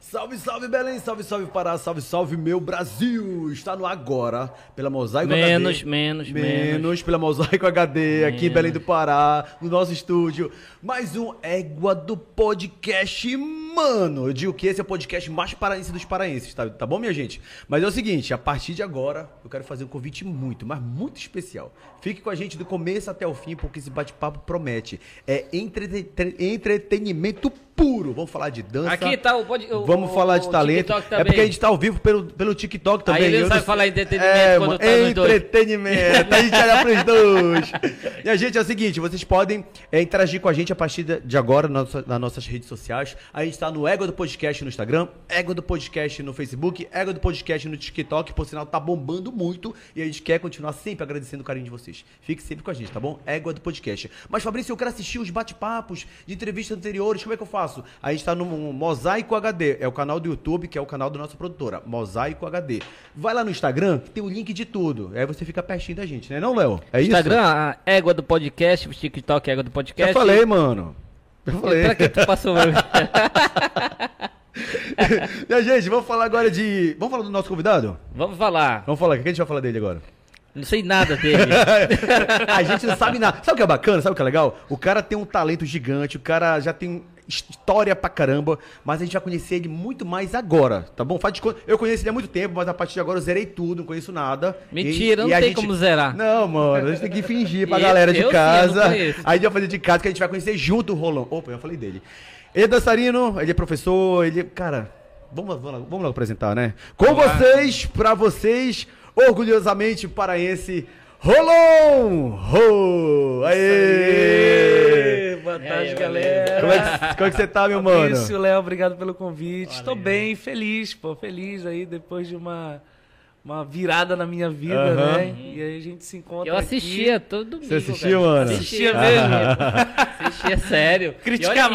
Salve, salve Belém, salve, salve Pará, salve, salve meu Brasil! Está no agora pela Mosaico Menos, HD. menos, Menos pela Mosaico HD, aqui em Menos. Belém do Pará, no nosso estúdio. Mais um Égua do Podcast, mano! Eu digo que esse é o podcast mais paraense dos paraenses, tá, tá bom, minha gente? Mas é o seguinte, a partir de agora, eu quero fazer um convite muito, mas muito especial. Fique com a gente do começo até o fim, porque esse bate-papo promete. É entrete- tre- entretenimento puro. Vamos falar de dança. Aqui tá o pod- o- Vamos falar de o talento. TikTok É também. porque a gente tá ao vivo pelo, pelo TikTok também. ele eu sabe sei- É, falar entretenimento quando mano, tá nos dois. Entretenimento. A gente olha pros dois. E a gente é o seguinte: vocês podem é, interagir com a gente a partir de- de agora na nossa- nas nossas redes sociais. A gente tá no Égua do Podcast no Instagram, Égua do Podcast no Facebook, Égua do Podcast no TikTok. Por sinal, tá bombando muito. E a gente quer continuar sempre agradecendo o carinho de vocês. Fique sempre com a gente, tá bom? Égua do Podcast. Mas, Fabrício, eu quero assistir os bate-papos de entrevistas anteriores. Como é que eu faço? A gente tá no Mosaico HD. É o canal do YouTube, que é o canal da nossa produtora, Mosaico HD. Vai lá no Instagram, que tem o link de tudo. Aí você fica pertinho da gente, né, não, Léo? É isso? Instagram, a égua do podcast, o TikTok, é a égua do podcast. Já falei, mano. Já falei. Pra que tu passou? Minha gente, vamos falar agora de. Vamos falar do nosso convidado? Vamos falar. Vamos falar, o que a gente vai falar dele agora? Não sei nada dele. a gente não sabe nada. Sabe o que é bacana? Sabe o que é legal? O cara tem um talento gigante, o cara já tem história pra caramba, mas a gente vai conhecer ele muito mais agora, tá bom? Faz de conta- Eu conheço ele há muito tempo, mas a partir de agora eu zerei tudo, não conheço nada. Mentira, não a tem como zerar. Não, mano, a gente tem que fingir pra Eu- galera de eu sim, casa. eu não conheço. a gente vai fazer de casa que a gente vai conhecer junto o Rolão. Opa, eu falei dele. Ele é dançarino, ele é professor, ele. é- Cara, vamos, vamos, lá- vamos logo apresentar, né? Com vocês, pra vocês, orgulhosamente paraense, Rolon! Rô! Aê! Ê, Boa E aí, tarde, beleza? galera. Como é, que, como é que você tá, meu mano? Isso, Léo, obrigado pelo convite. Estou bem, feliz, pô, feliz aí depois de uma, uma virada na minha vida, Aham. né? E aí a gente se encontra. Eu assistia todo domingo. Você assistiu, mano? Assistia Assistia mesmo. assistia, sério. Criticava,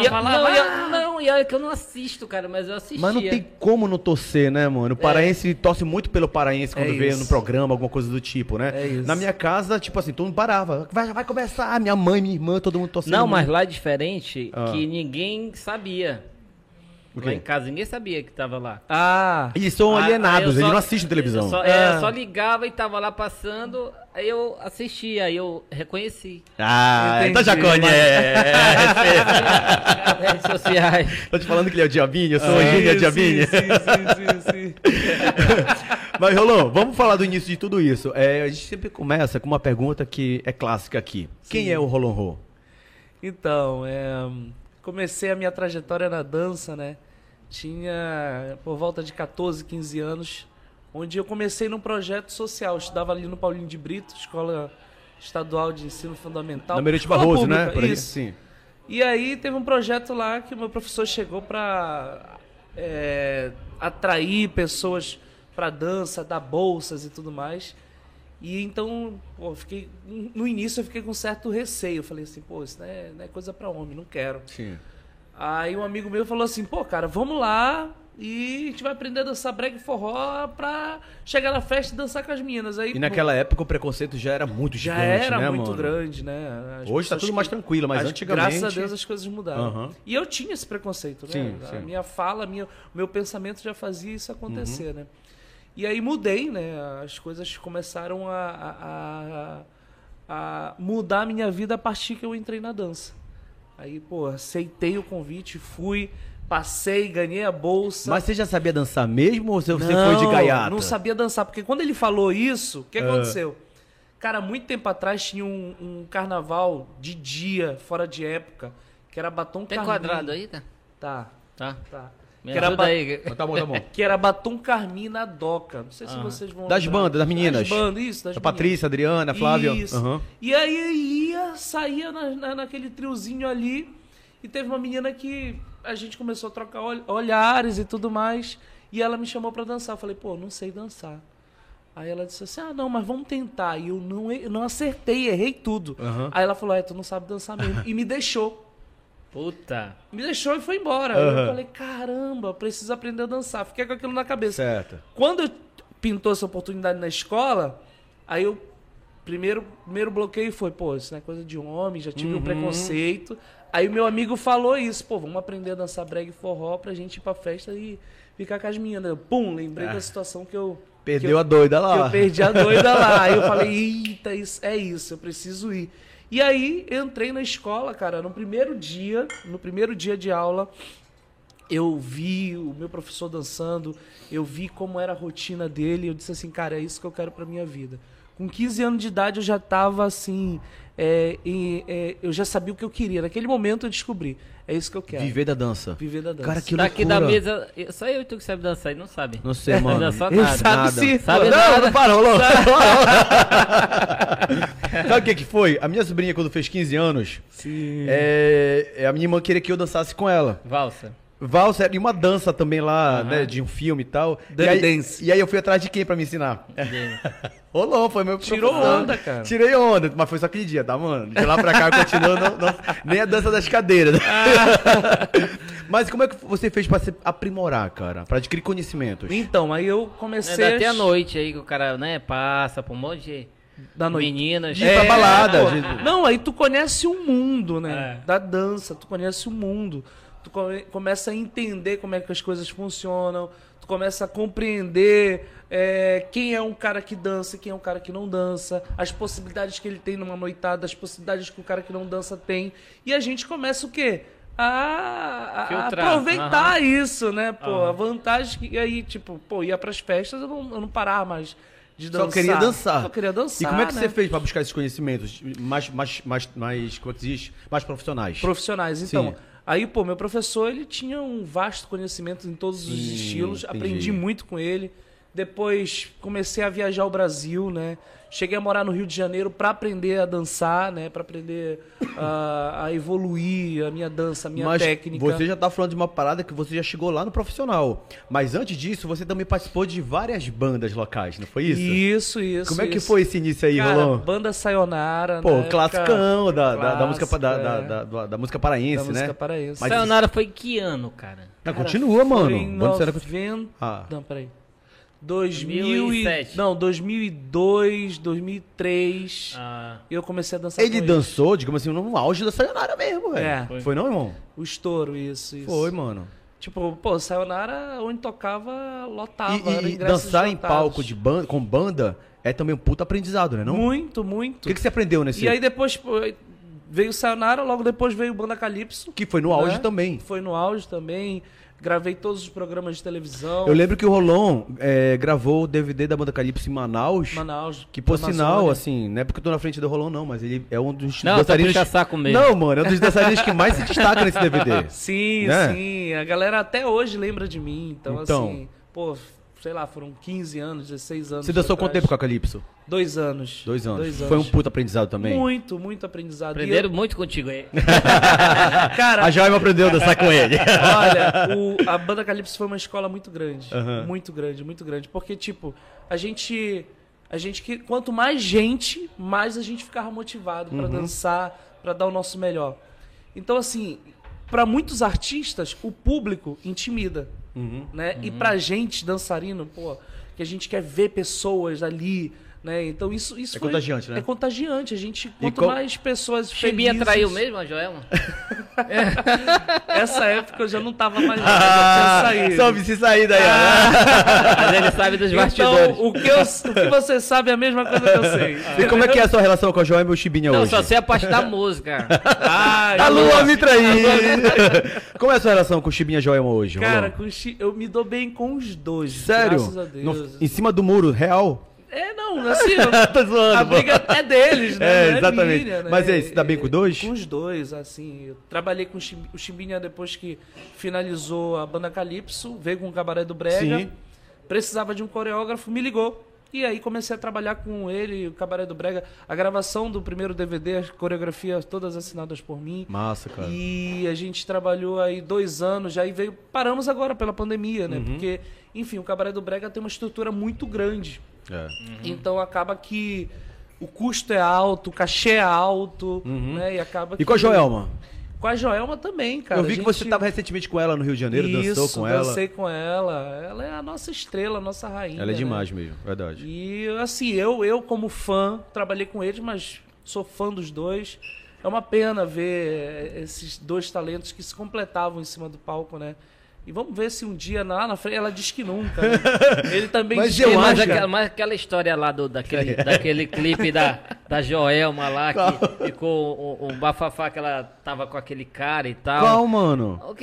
E olha- e eu- falava, Não, e eu- "Ah!" não, e olha que eu não assisto, cara, mas eu assistia. Mas não tem como não torcer, né, mano? O paraense torce muito pelo paraense quando É vê isso. no programa, alguma coisa do tipo, né? É isso. Na minha casa, tipo assim, todo mundo parava. Vai, vai começar, minha mãe, minha irmã, todo mundo torcendo. Não, muito. mas lá é diferente né? Ah. que ninguém sabia. O quê? Lá em casa ninguém sabia que tava lá. Ah, Eles são Ah, eu alienados, só- eles não assistem televisão. Eu só, é, Ah. eu só ligava e tava lá passando, aí eu assistia, aí eu reconheci. Ah, Entendi. então já conhece. Nas redes sociais. Tô te falando que ele é o Diabinho, eu sou o sim, Gíria sim, Diabinho. sim, sim, sim, sim. Mas, Rolô, vamos falar do início de tudo isso. É, a gente sempre começa com uma pergunta que é clássica aqui. Quem é o Rolon Rô? Então, é, comecei a minha trajetória na dança, né? Tinha por volta de 14, 15 anos, onde eu comecei num projeto social. Eu estudava ali no Paulinho de Brito, Escola Estadual de Ensino Fundamental. Na Merete Escola Barroso, pública, né? Por aí. Tá Isso. Sim. E aí teve um projeto lá que o meu professor chegou para atrair pessoas para dança, dar bolsas e tudo mais. E então, pô, eu fiquei, no início eu fiquei com certo receio. Eu falei assim, pô, isso não é, não é coisa para homem, não quero. Sim. Aí um amigo meu falou assim, pô, cara, vamos lá e a gente vai aprender a dançar brega e forró pra chegar na festa e dançar com as meninas. Aí, E naquela época o preconceito já era muito Tipo, já gigante, era né, muito mano? grande, né? As Hoje tá pessoas tudo que- mais tranquilo, mas as- antigamente... Graças a Deus as coisas mudaram. Aham. E eu tinha esse preconceito, né? Sim, a sim. minha fala, minha, meu pensamento já fazia isso acontecer, Uhum. né? E aí mudei, né? As coisas começaram a, a- a- a mudar a minha vida a partir que eu entrei na dança. Aí, pô, aceitei o convite, fui, passei, ganhei a bolsa. Mas você já sabia dançar mesmo ou você você foi de gaiata? Ah. Não sabia dançar, porque quando ele falou isso, o que aconteceu? Cara, muito tempo atrás tinha um, um carnaval de dia, fora de época, que era batom Tem carmim. quadrado aí, tá? Tá, Tá. tá. Me Que era ajuda ba- aí. Mas Tá bom, tá bom. Que era batom carmim na doca. Não sei se Aham. vocês vão Das lembrar. bandas, das meninas. Das bandas, isso, das A meninas. Patrícia, a Adriana, a Flávia. Isso. Aham. E aí eu ia, saía na, na- naquele triozinho ali. E teve uma menina que a gente começou a trocar ol- olhares e tudo mais. E ela me chamou pra dançar. Eu falei, pô, não sei dançar. Aí ela disse assim: ah, não, mas vamos tentar. E eu não, eu não acertei, errei tudo. Aham. Aí ela falou: é, tu não sabe dançar mesmo. E me deixou. Puta. Me deixou e foi embora. Aí Aham. Eu falei: caramba, preciso aprender a dançar. Fiquei com aquilo na cabeça. Certo. Quando eu- pintou essa oportunidade na escola, aí eu. Uhum. Primeiro, primeiro bloqueio foi, pô, isso não é coisa de homem, já tive um preconceito. Aí o meu amigo falou isso, pô, vamos aprender a dançar brega e forró pra gente ir pra festa e ficar com as meninas. Eu, Pum, lembrei da situação que eu. Ah. Perdeu que eu- a doida que lá. eu perdi a doida lá. Aí eu falei, eita, isso, é isso, eu preciso ir. E aí entrei na escola, cara, no primeiro dia, no primeiro dia de aula, eu vi o meu professor dançando, eu vi como era a rotina dele, eu disse assim, cara, é isso que eu quero pra minha vida. Com 15 anos de idade eu já tava assim, é, e, é, eu já sabia o que eu queria. Naquele momento eu descobri, é isso que eu quero. Viver, Viver da dança. da dança. Cara, que Daqui Tá da loucura. mesa, eu- só eu e tu que sabe dançar e não sabe. Não sei, mano. Não dança Ele nada. sabe sim. Sabe não, nada. não parou, louco. Sabe o que que foi? A minha sobrinha, quando fez 15 anos, Sim. é, é, a minha irmã queria que eu dançasse com ela. Valsa. Valsa e uma dança também lá, Aham. né, de um filme e tal. Dirty e aí, Dance. E aí eu fui atrás de quem pra me ensinar? Rolou, foi meu Tirou professor. onda, cara. Tirei onda, mas foi só aquele dia, tá, mano? De lá pra cá continuou, não, não- nem a dança das cadeiras. Ah. mas como é que você fez pra se aprimorar, cara? Pra adquirir conhecimentos? Então, aí eu comecei. Ainda Né, até a noite aí que o cara, né, passa por um monte de Da É. noite. meninas. De ir pra balada, É, pô. gente. Não, aí tu conhece o mundo, né? É. Da dança, tu conhece o mundo. Tu come- começa a entender como é que as coisas funcionam. Tu começa a compreender é, quem é um cara que dança e quem é um cara que não dança. As possibilidades que ele tem numa noitada, as possibilidades que o cara que não dança tem. E a gente começa o quê? A, a- a Filtrar, aproveitar aham. Ah, isso, né? Pô, a vantagem que aí, tipo, pô, ia pras festas, eu não, eu não parava mais de dançar. Só queria dançar. Só queria dançar. E como é que né? você fez pra buscar esses conhecimentos mais, mais, mais, mais como é que se diz? Mais profissionais? Profissionais, então. Sim. Aí, pô, meu professor, ele tinha um vasto conhecimento em todos os Sim, estilos, entendi. aprendi muito com ele. Depois comecei a viajar o Brasil, né? Cheguei a morar no Rio de Janeiro pra aprender a dançar, né? Pra aprender a, a evoluir a minha dança, a minha Mas técnica. você já tá falando de uma parada que você já chegou lá no profissional. Mas antes disso, você também participou de várias bandas locais, não foi isso? Isso, isso. Como é que isso. foi esse início aí, Cara, Rolão? banda Sayonara. Pô, na o época- classicão da, da, da música, Clássico, da, é. da, da, da- da música paraense, Da música né? paraense. Mas Sayonara foi que ano, cara? Não, Cara, continua, Foi mano. em Banda Sayonara 90... Ah. Não, peraí. 2000 e... 2007. Não, 2002, 2003. Ah, Eu comecei a dançar Ele com dançou, digamos assim, no auge da Sayonara mesmo, velho. É. Foi. não, irmão? O estouro, isso, isso. Foi, mano. Tipo, pô, Sayonara, onde tocava, lotava. E- era e, e Ah, ingressos dançar em esgotados. palco de ban- com banda é também um puta aprendizado, né? Não? Muito, O muito. que, que você aprendeu nesse... E aí depois pô, veio Sayonara, logo depois veio Banda Calypso. Que foi no auge né? também. Foi no auge também. Gravei todos os programas de televisão. Eu lembro que o Rolon é, gravou o DVD da banda Calypso em Manaus. Manaus. né? Que, por Amazônia. sinal, assim, não é porque eu tô na frente do Rolon, não, mas ele é um dos Não, tá puxa saco mesmo. Não, mano, é um dos dançarinos que mais se destaca nesse DVD. Sim, Né? sim. A galera até hoje lembra de mim. Então, Então. assim, pô, sei lá, foram 15 anos, 16 anos. Você dançou atrás. quanto tempo com a Calypso? Dois anos. Dois anos. Foi um puta aprendizado também. Muito, muito aprendizado. aprenderam muito contigo aí. E eu- cara, A Jaime aprendeu a dançar com ele. olha, o- a banda Calypso foi uma escola muito grande. Aham. Muito grande, muito grande. Porque, tipo, a gente. A gente que. Quanto mais gente, mais a gente ficava motivado Uhum. pra dançar, pra dar o nosso melhor. Então, assim, pra muitos artistas, o público intimida. Uhum. né? E pra gente, dançarino, pô, que a gente quer ver pessoas ali, né? Então isso, isso É foi- contagiante, né? É contagiante. A gente, quanto qual- mais pessoas Chibi felizes... atraiu mesmo a Joelma? Essa época eu já não tava mais Ah, lá, eu já tinha saído. Ah, Sobe se sair daí. ó. Mas ele sabe dos Então, bastidores. o que, eu, o que você sabe é a mesma coisa que eu sei. E como é que é a sua relação com a Joia e meu Chibinha Não, hoje? só sei a parte da música. Ai, A nossa. lua me traiu. como é a sua relação com o Chibinha Joelma hoje, Cara, Rolon? com o Chi- eu me dou bem com os dois. Sério? Graças a Deus. No- em cima do muro, real? É, não, assim, eu- Tô zoando, a pô. briga é deles, né? É, Não exatamente. minha, né? Mas e aí, você tá bem com dois? Com os dois, assim. Eu trabalhei com o Chim- o Chimbinha depois que finalizou a banda Calypso, veio com o Cabaré do Brega. Sim. Precisava de um coreógrafo, me ligou. E aí comecei a trabalhar com ele, o Cabaré do Brega. A gravação do primeiro DVD, as coreografias todas assinadas por mim. Massa, cara. E a gente trabalhou aí dois anos, já e veio. Paramos agora pela pandemia, Uhum. né? Porque, enfim, o Cabaré do Brega tem uma estrutura muito grande. É. Então acaba que o custo é alto, o cachê é alto, né? E acaba Uhum. E com a que- Joelma? Com a Joelma também, cara. eu vi A que você gente- tava recentemente com ela no Rio de Janeiro, dançou Isso, com ela. dancei com ela. Ela é a nossa estrela, a nossa rainha. Ela é né? demais mesmo, verdade. E assim, eu, eu como fã, trabalhei com eles, mas sou fã dos dois. É uma pena ver esses dois talentos que se completavam em cima do palco, né? E vamos ver se um dia lá na frente ela diz que nunca. né? Ele também Mas diz eu que mas, acho- aquela, mas aquela história lá do, daquele, daquele clipe da, da Joelma lá, que ficou o, o bafafá que ela tava com aquele cara e tal. Qual, mano? O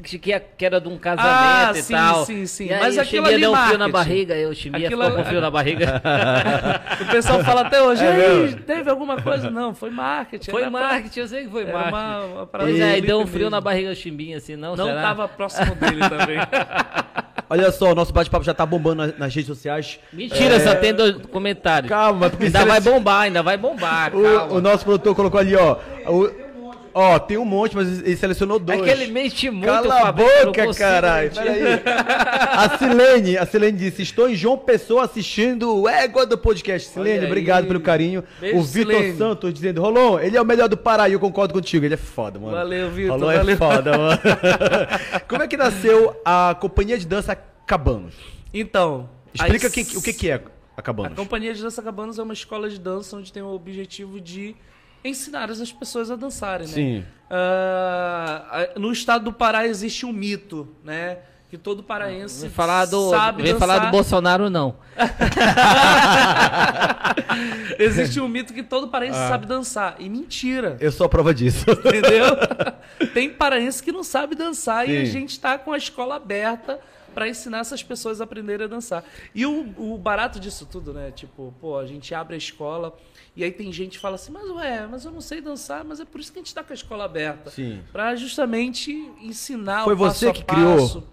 que, que é- que era de um casamento Ah, e sim, tal. sim, sim. E aí Mas o aquilo Chimia ali deu um fio na marketing. barriga, e o Chimia Aquilo ficou ali- com fio na barriga. O pessoal fala até hoje, É "Ei, mesmo? teve alguma coisa? Não, foi marketing. foi era pra- marketing, eu sei que foi era marketing. uma- uma parada Pois de é, e clipe deu um frio mesmo. na barriga do Chimbinha, assim, não, Não será? tava próximo dele também. Olha só, o nosso bate-papo já tá bombando na- nas redes sociais. Mentira, É. só tem dois comentários. Calma, porque ainda será- vai bombar, ainda vai bombar, calma. o, o nosso produtor colocou ali, ó. O- ó, tem um monte, mas ele selecionou dois. Aquele mente muito, Cala a Fabrício, eu não boca, consigo caralho. mentir. Peraí. A Silene, a Silene disse: Estou em João Pessoa assistindo o Égua do Podcast. Silene, Olha obrigado aí. pelo carinho. Beijo, o Vitor Silene. Santos dizendo: Rolon, ele é o melhor do Pará e eu concordo contigo. Ele é foda, mano. Valeu, Vitor, Rolon é valeu. foda, mano. Como é que nasceu a companhia de dança Cabanos? Então. Explica as- o que- o que, que é a A Cabanos. Companhia de Dança Cabanos é uma escola de dança onde tem o objetivo de ensinar as pessoas a dançarem, né? Sim. Ah, no estado do Pará existe um mito, né? Que todo paraense Vem falar do, sabe vem falar do dançar. Bolsonaro, não. Existe um mito que todo paraense Ah. sabe dançar. E mentira. Eu sou a prova disso. Entendeu? Tem paraense que não sabe dançar e Sim. a gente tá com a escola aberta para ensinar essas pessoas a aprenderem a dançar. E o, o barato disso tudo, né? Tipo, pô, a gente abre a escola e aí tem gente que fala assim, mas ué, mas eu não sei dançar, mas é por isso que a gente tá com a escola aberta. Sim. Pra justamente ensinar Foi o passo você a que criou? passo.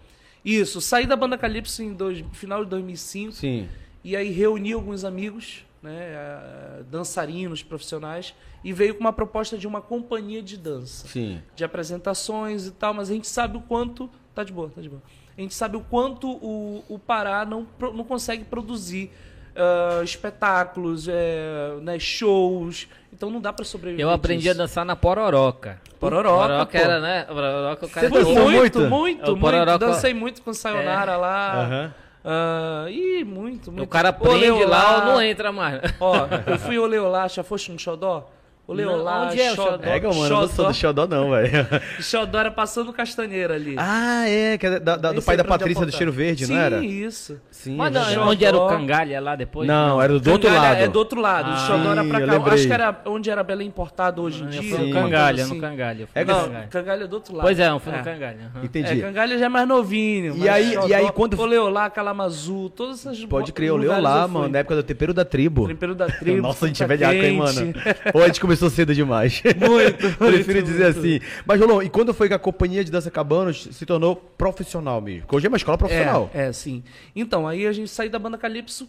Isso, saí da banda Calypso em dois, final de 2005. Sim. E aí reuni alguns amigos, né, ah, dançarinos profissionais, e veio com uma proposta de uma companhia de dança, Sim. de apresentações e tal, mas a gente sabe o quanto. Tá de boa, tá de boa. A gente sabe o quanto o, o Pará não, pro- não consegue produzir ah, espetáculos, eh, né, shows. Então não dá pra sobreviver. Eu aprendi a disso. dançar na Pororoca. Pororoca, Pororoca pô. era, né? Pororoca o cara Você dançou todo- muito? muito, muito, É, o muito. Pororoca- Dancei muito com Sayonara lá. Aham. Ah, Ih, muito, muito. O cara prende lá ou não entra mais. Ó, eu fui o Leolá, já foste um xodó? O Leolá, Não, onde é o xodó, xodó? É, mano, eu não sou do xodó, não, velho. Xodó era passando castanheira ali. Ah, é, que é da- da- do pai Nem sei da pra onde Patrícia do apontar. Cheiro Verde, Sim, não era? isso. Sim, Mas não, Xodó. onde era o Cangalha lá depois? Não, era do outro Cangalha lado. É do outro lado. Ah, o Xodó era sim, pra eu cá. Eu lembrei. Acho que era onde era Belém Importado hoje em Eu dia. fui no Sim. alguma coisa Cangalha, no assim. Cangalha. eu fui É no que- Não, Cangalha. Cangalha é do outro lado. Pois é, eu fui É. no Cangalha. aham. Entendi. É, Cangalha já é mais novinho. E mas aí- Xodó, e aí quando- O Leolá, Calamazu, todas essas... Pode crer, eu leu lugares lá, eu fui. mano, na época do tempero da tribo. Tempero da tribo. Nossa, a gente é Fruta velhaco, hein, Quente. mano? Ou a gente começou cedo demais. Muito, Prefiro muito, dizer muito. assim. Mas, Rolon, e quando foi que a companhia de dança Cabanos se tornou profissional mesmo? Porque hoje é uma escola profissional. É, é, sim. Então, aí a gente saiu da banda Calypso,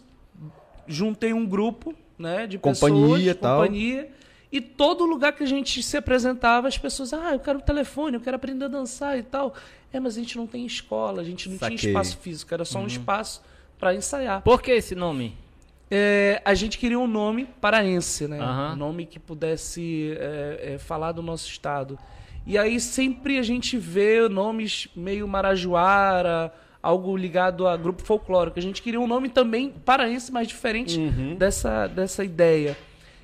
juntei um grupo, né, de pessoas, Companhia e de tal. companhia, e todo lugar que a gente se apresentava, as pessoas, ah, eu quero um telefone, eu quero aprender a dançar e tal. É, mas a gente não tem escola, a gente não Saquei. Uhum. tinha espaço físico, era só um espaço para ensaiar. Por que esse nome? É, a gente queria um nome paraense, né? Aham. Um nome que pudesse é, é, falar do nosso estado. E aí sempre a gente vê nomes meio Marajoara, algo ligado a grupo folclórico. A gente queria um nome também paraense, mas diferente Uhum. dessa, dessa ideia.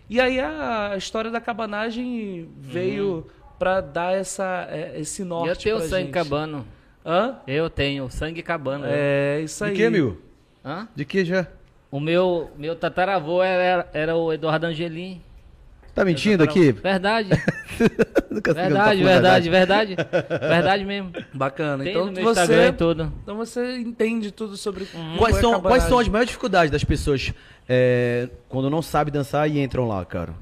E aí a história da cabanagem Uhum. veio pra dar essa, é, esse norte eu tenho pra sangue gente. cabano. Hã? Eu tenho sangue cabano. eu. É, isso aí. De que, amigo? Hã? De que já? O meu, meu tataravô era, era o Eduardo Angelim. Tá mentindo aqui? Verdade, é Nunca sei que eu não tá tô verdade, falando a verdade, verdade. Verdade mesmo. Bacana. Tem então no meu Instagram você... e tudo. Então você entende tudo sobre Quais como é são, quais cabanagem. são as maiores dificuldades das pessoas é, quando não sabem dançar e entram lá, cara?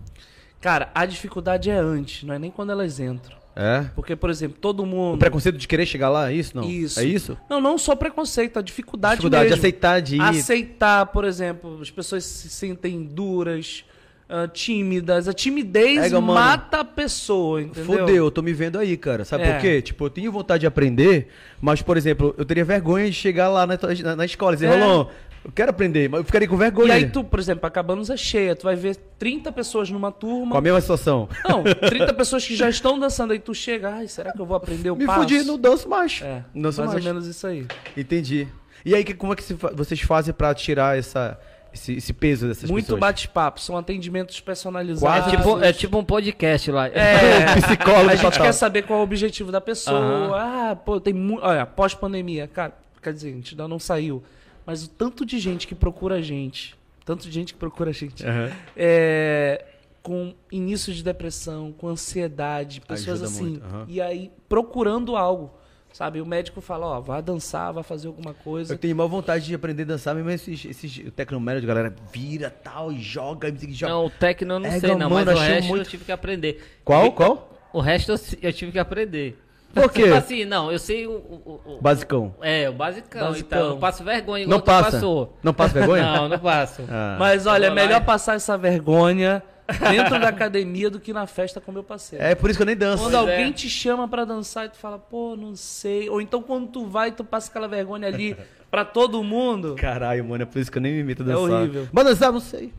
Cara, a dificuldade é antes, não é nem quando elas entram. É? Porque, por exemplo, todo O mundo. preconceito de querer chegar lá, é isso? Não. É isso? Não, não só preconceito, a dificuldade, Dificuldade de mesmo. aceitar de ir. Aceitar, por exemplo, as pessoas se sentem duras, ah, tímidas. A timidez Pega, mano. mata a pessoa, entendeu? Fudeu, eu tô me vendo aí, cara. Sabe É. por quê? Tipo, eu tenho vontade de aprender, mas, por exemplo, eu teria vergonha de chegar lá na, na, na escola e dizer, É. Rolon, eu quero aprender, mas eu ficaria com vergonha. E aí tu, por exemplo, acabamos é cheia, tu vai ver 30 pessoas numa turma. Com a mesma situação. Não, 30 pessoas que já estão dançando aí, tu chega, ai, será que eu vou aprender o me passo? fudi, não danço mais. É, não danço mais mais. ou menos isso aí. Entendi. E aí, que- como é que se fa- vocês fazem pra tirar essa, esse, esse peso dessas Muito pessoas. bate-papo, são atendimentos É personalizados. Quase tipo, é tipo um podcast lá. É, Psicólogo a gente total. quer saber qual é o objetivo da pessoa. Aham. Ah, pô, tem muito. Olha, pós-pandemia, cara, quer dizer, a gente ainda não saiu. Mas o tanto de gente que procura a gente, tanto de gente que procura a gente, Aham. é, com início de depressão, com ansiedade, pessoas Ajuda assim. muito, aham. E aí, procurando algo. Sabe, o médico fala, ó, vá dançar, vá fazer alguma coisa. Eu tenho maior vontade de aprender a dançar, mesmo esses, esses o tecnomédio, galera, vira tal, e joga, e joga. Não, o técnico eu não É, sei não, mas mano, o achei resto eu muito- tive que aprender. Qual? Qual? O resto eu, si- eu tive que aprender. Por quê? Tipo assim, não, eu sei o... o- o- o- Basicão. é, o basicão, Basicão. e tal. Eu Não passo vergonha igual Não tu passa. passou. Não passa vergonha? Não, não passo. Ah. Mas olha, é Vou lá melhor e- passar essa vergonha dentro da academia do que na festa com meu parceiro. É por isso que eu nem danço. Quando Pois alguém é. te chama pra dançar e tu fala, pô, não sei. Ou então quando tu vai, tu passa aquela vergonha ali pra todo mundo. Caralho, mano, é por isso que eu nem me imito a dançar. horrível. Mas dançar, não sei.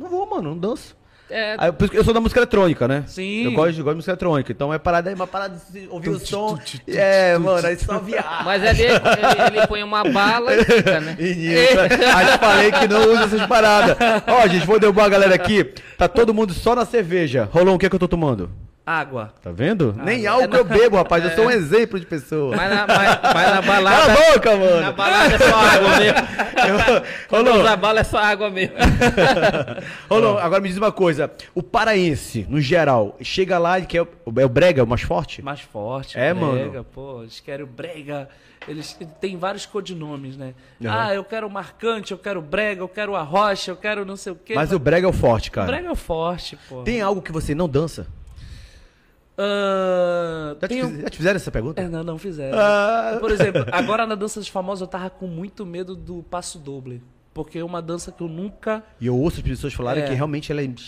Não vou, mano, não danço. É, Aí, por isso que eu sou da música eletrônica, né? Sim. Eu gosto, eu gosto de música eletrônica. Então é parada, é uma parada de se ouvir o som. é, mano, aí só viaja. mas ali ele, ele põe uma bala e fica, né? Menino, aí eu falei que não usa essas paradas. Ó, gente, vou derrubar a galera aqui. Tá todo mundo só na cerveja. Rolou o que que eu tô tomando? Água. Tá vendo? Nem álcool eu bebo, rapaz. Eu sou um exemplo de pessoa. Mas na, mas- mas na balada... Cala a boca, Na mano. balada é só água mesmo. Quando Rolou. usa bala é só água mesmo. Rolou. Agora me diz uma coisa. O paraense, no geral, chega lá e quer... o- É o brega, o mais forte? Mais forte, É, brega, mano. pô. Eles querem o brega. Eles têm vários codinomes, né? Aham. Ah, eu quero o marcante, eu quero o brega, eu quero a rocha, eu quero não sei o quê. Mas o brega é o forte, cara. brega é o forte, pô. Tem algo que você não dança? Ah, Já te, tem um- fiz- já te fizeram essa pergunta? É, não, não fizeram. Ah. Por exemplo, agora na dança dos famosos eu tava com muito medo do passo doble. Porque é uma dança que eu nunca. E eu ouço as pessoas falarem É. que realmente ela é muito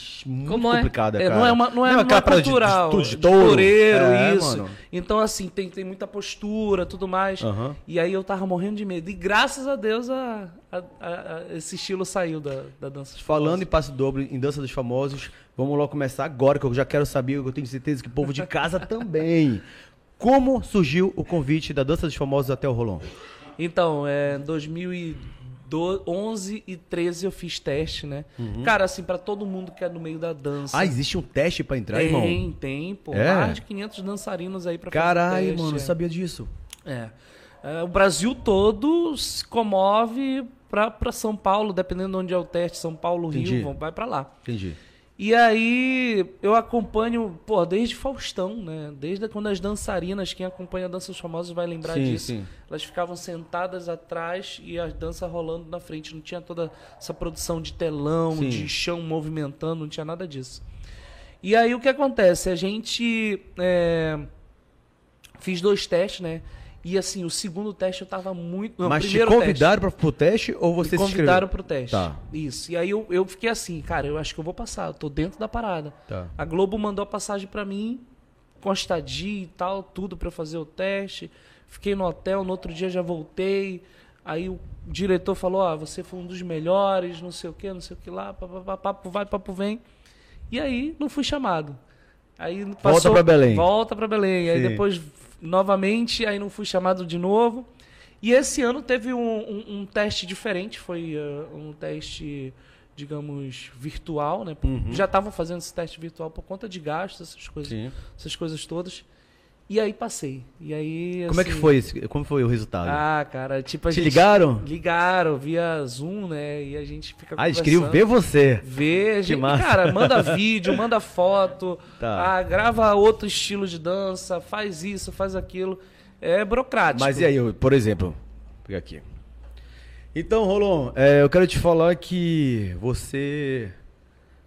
Como é? complicada, é, cara. não é uma, não é uma aquela parada de- cultural. De, de, de touro. toureiro, É, isso. mano. Então, assim, tem, tem muita postura tudo mais. Aham. E aí eu tava morrendo de medo. E graças a Deus a, a- a- a- esse estilo saiu da, da dança dos Falando em passo dobro, em Dança dos Famosos, vamos logo começar agora, que eu já quero saber, eu tenho certeza que o povo de casa também. Como surgiu o convite da Dança dos Famosos até o Rolon? Então, é, em 2011 e 13 eu fiz teste, né? Uhum. Cara, assim, pra todo mundo que é no meio da dança. Ah, existe um teste pra entrar, irmão? Tem, tem, pô. É? Mais de 500 dançarinos aí pra fazer Caralho, teste, mano, é. não sabia disso. É. É, O Brasil todo se comove pra, pra São Paulo, dependendo de onde é o teste, São Paulo, Entendi. Rio, vão, vai pra lá. Entendi. E aí eu acompanho, pô, desde Faustão, né? Desde quando as dançarinas, quem acompanha a Dança dos Famosos vai lembrar Sim, disso. sim. Elas ficavam sentadas atrás e as danças rolando na frente. Não tinha toda essa produção de telão, Sim. de chão movimentando, não tinha nada disso. E aí o que acontece? A gente. é, Fiz dois testes, né? E assim, o segundo teste eu tava muito. Não, Mas o te primeiro teste. convidaram pra, pro teste ou você Me se inscreveu? convidaram pro teste. Tá. Isso. E aí eu, eu fiquei assim, cara, eu acho que eu vou passar, eu tô dentro da parada. Tá. A Globo mandou a passagem pra mim, com a estadia e tal, tudo pra eu fazer o teste. Fiquei no hotel, no outro dia já voltei. Aí o diretor falou: "Ó, você foi um dos melhores, não sei o quê, não sei o que lá, papapá, papo vai, papo vem". E aí não fui chamado. Aí passou- pra Belém. Volta pra Belém. Aí Sim. depois, novamente, aí não fui chamado de novo. E esse ano teve um, um- um teste diferente, foi eh, um teste, digamos, virtual, né? Já estavam fazendo esse teste virtual por conta de gastos, essas coisas, Uhum. Sim. essas coisas todas. E aí passei. E aí. Como é que assim, foi esse, Como foi o resultado? Ah, cara, tipo a Te gente- ligaram? Ligaram via Zoom, né? E a gente fica Ah, eles queriam ver você. Vê, a gente, massa. cara, manda vídeo, manda foto, Tá. ah, grava outro estilo de dança, faz isso, faz aquilo. É burocrático. Mas e aí, eu- por exemplo, vou pegar aqui. Então, Rolon, é, eu quero te falar que você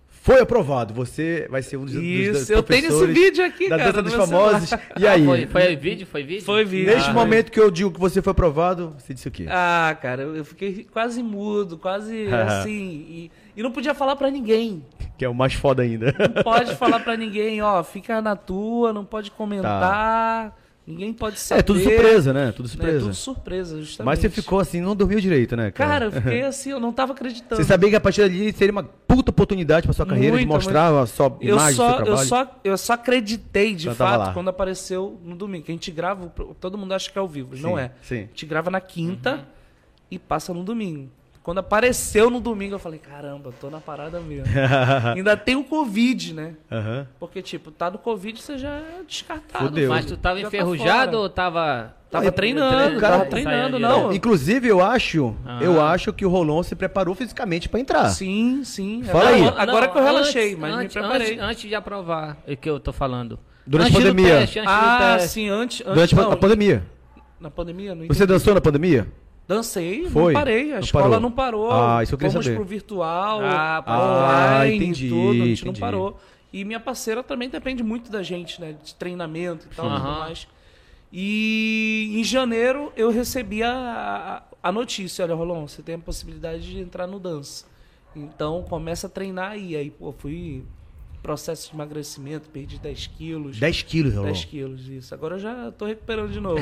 foi aprovado. Você vai ser um dos, dos- dos Isso, eu tenho esse professores vídeo aqui, da cara. Dança no dos meu Famosos. celular. E aí? Ah, foi, foi vídeo? Foi vídeo? Foi vídeo. Neste Ah, momento que eu digo que você foi aprovado, você disse o quê? Ah, cara, eu eu fiquei quase mudo, quase assim. E, e não podia falar pra ninguém. Que é o mais foda ainda. Não pode falar pra ninguém, ó, fica na tua, não pode comentar, ninguém pode saber. É tudo surpresa, né? Tudo né? surpresa. Tudo surpresa, justamente. Mas você ficou assim, não dormiu direito, né, cara? Cara, eu fiquei assim, eu não tava acreditando. você sabia que a partir dali seria uma puta oportunidade pra sua carreira de Muito, mostrar a sua Eu imagem, só, seu eu, trabalho? só, eu só acreditei de Então tava lá. fato quando apareceu no domingo. que A gente grava, o pro- todo mundo acha que é ao vivo, Sim, não é. sim. Uhum. A gente grava na quinta e passa no domingo. Quando apareceu no domingo, eu falei, caramba, tô na parada mesmo. Ainda tem o Covid, né? Aham. Porque, tipo, tá no Covid, você já é descartado. Fudeu. Mas Ah, tu tava Já tá enferrujado fora. ou tava. Tava Não, e- treinando, o cara- tá tava treinando, Saiu não. É, Inclusive, eu acho, Ah. eu acho que o Rolon se preparou fisicamente pra entrar. Sim, sim. Fala agora, aí. agora que eu relaxei, antes- mas antes, me preparei. Antes, antes de aprovar o que eu tô falando. Durante antes a pandemia. Do teste, antes do ah, teste. sim, antes. antes Durante não, a pandemia. Na pandemia, não Você entendi. dançou na pandemia? Dancei, Foi? não parei. A Não escola parou. não parou. Ah, isso eu queria Fomos saber. pro virtual, Ah, pro ah, online, entendi, tudo. A gente não entendi. parou. E minha parceira também depende muito da gente, né? De treinamento e tal, Aham. tudo mais. E em janeiro eu recebi a, a, a notícia, olha, Rolon, você tem a possibilidade de entrar no dança. Então começa a treinar aí. Aí, pô, fui processo de emagrecimento, perdi 10 quilos. 10 quilos, Rolon. 10 quilos, isso. Agora eu já tô recuperando de novo.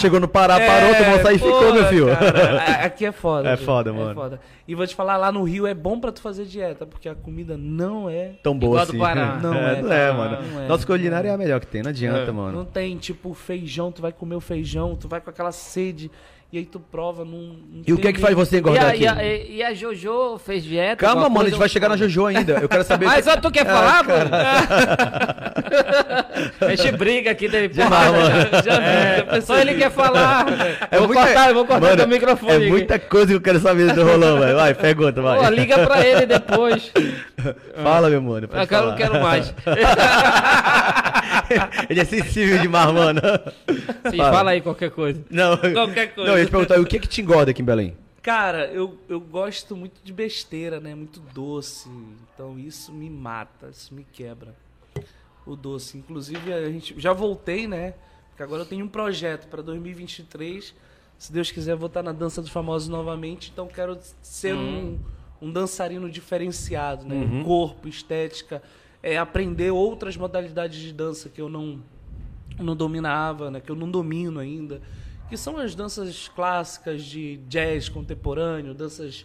Chegou no Pará, parou, tomou açaí e ficou, É, porra, meu filho. cara, a- aqui é foda. É viu? foda, mano. E vou te falar, lá no Rio é bom pra tu fazer dieta, porque a comida não é. Tão boa Igual do assim. Pará. Não Não é, é, não é, cara, mano. não é. Nossa culinária é a melhor que tem, não adianta, É. mano. Não tem, tipo, feijão, tu vai comer o feijão, tu vai com aquela sede, e aí tu prova num. E o que é que faz você E engordar a, aqui? e, a, e- e a Jojo fez dieta? Calma, alguma mano, a coisa? gente vai chegar na Jojo Ah, ainda. Eu quero saber. Mas só tu quer falar, mano? a gente briga aqui dele. Demais, mano. já, já, Só ele quer falar. É vou muita- cortar, eu vou cortar Mano, teu microfone. É aqui. muita coisa que eu quero saber do Rolão, velho. Vai, pergunta, vai. Pô, liga pra ele depois. Fala, meu mano. pode Eu quero, falar. não quero mais. Ele é sensível demais, mano. Sim, Fala. fala aí qualquer coisa. Não, Qualquer coisa. Não, eu ia te perguntar, o que é que te engorda aqui em Belém? Cara, eu, eu gosto muito de besteira, né? Muito doce. Então isso me mata, isso me quebra. O doce. Inclusive, a gente já voltei, né? Porque agora eu tenho um projeto para 2023. Se Deus quiser, eu vou estar na Dança dos Famosos novamente. Então quero ser um, um dançarino diferenciado, né? Corpo, estética. É, aprender outras modalidades de dança que eu não não dominava, né, que eu não domino ainda, que são as danças clássicas de jazz contemporâneo, danças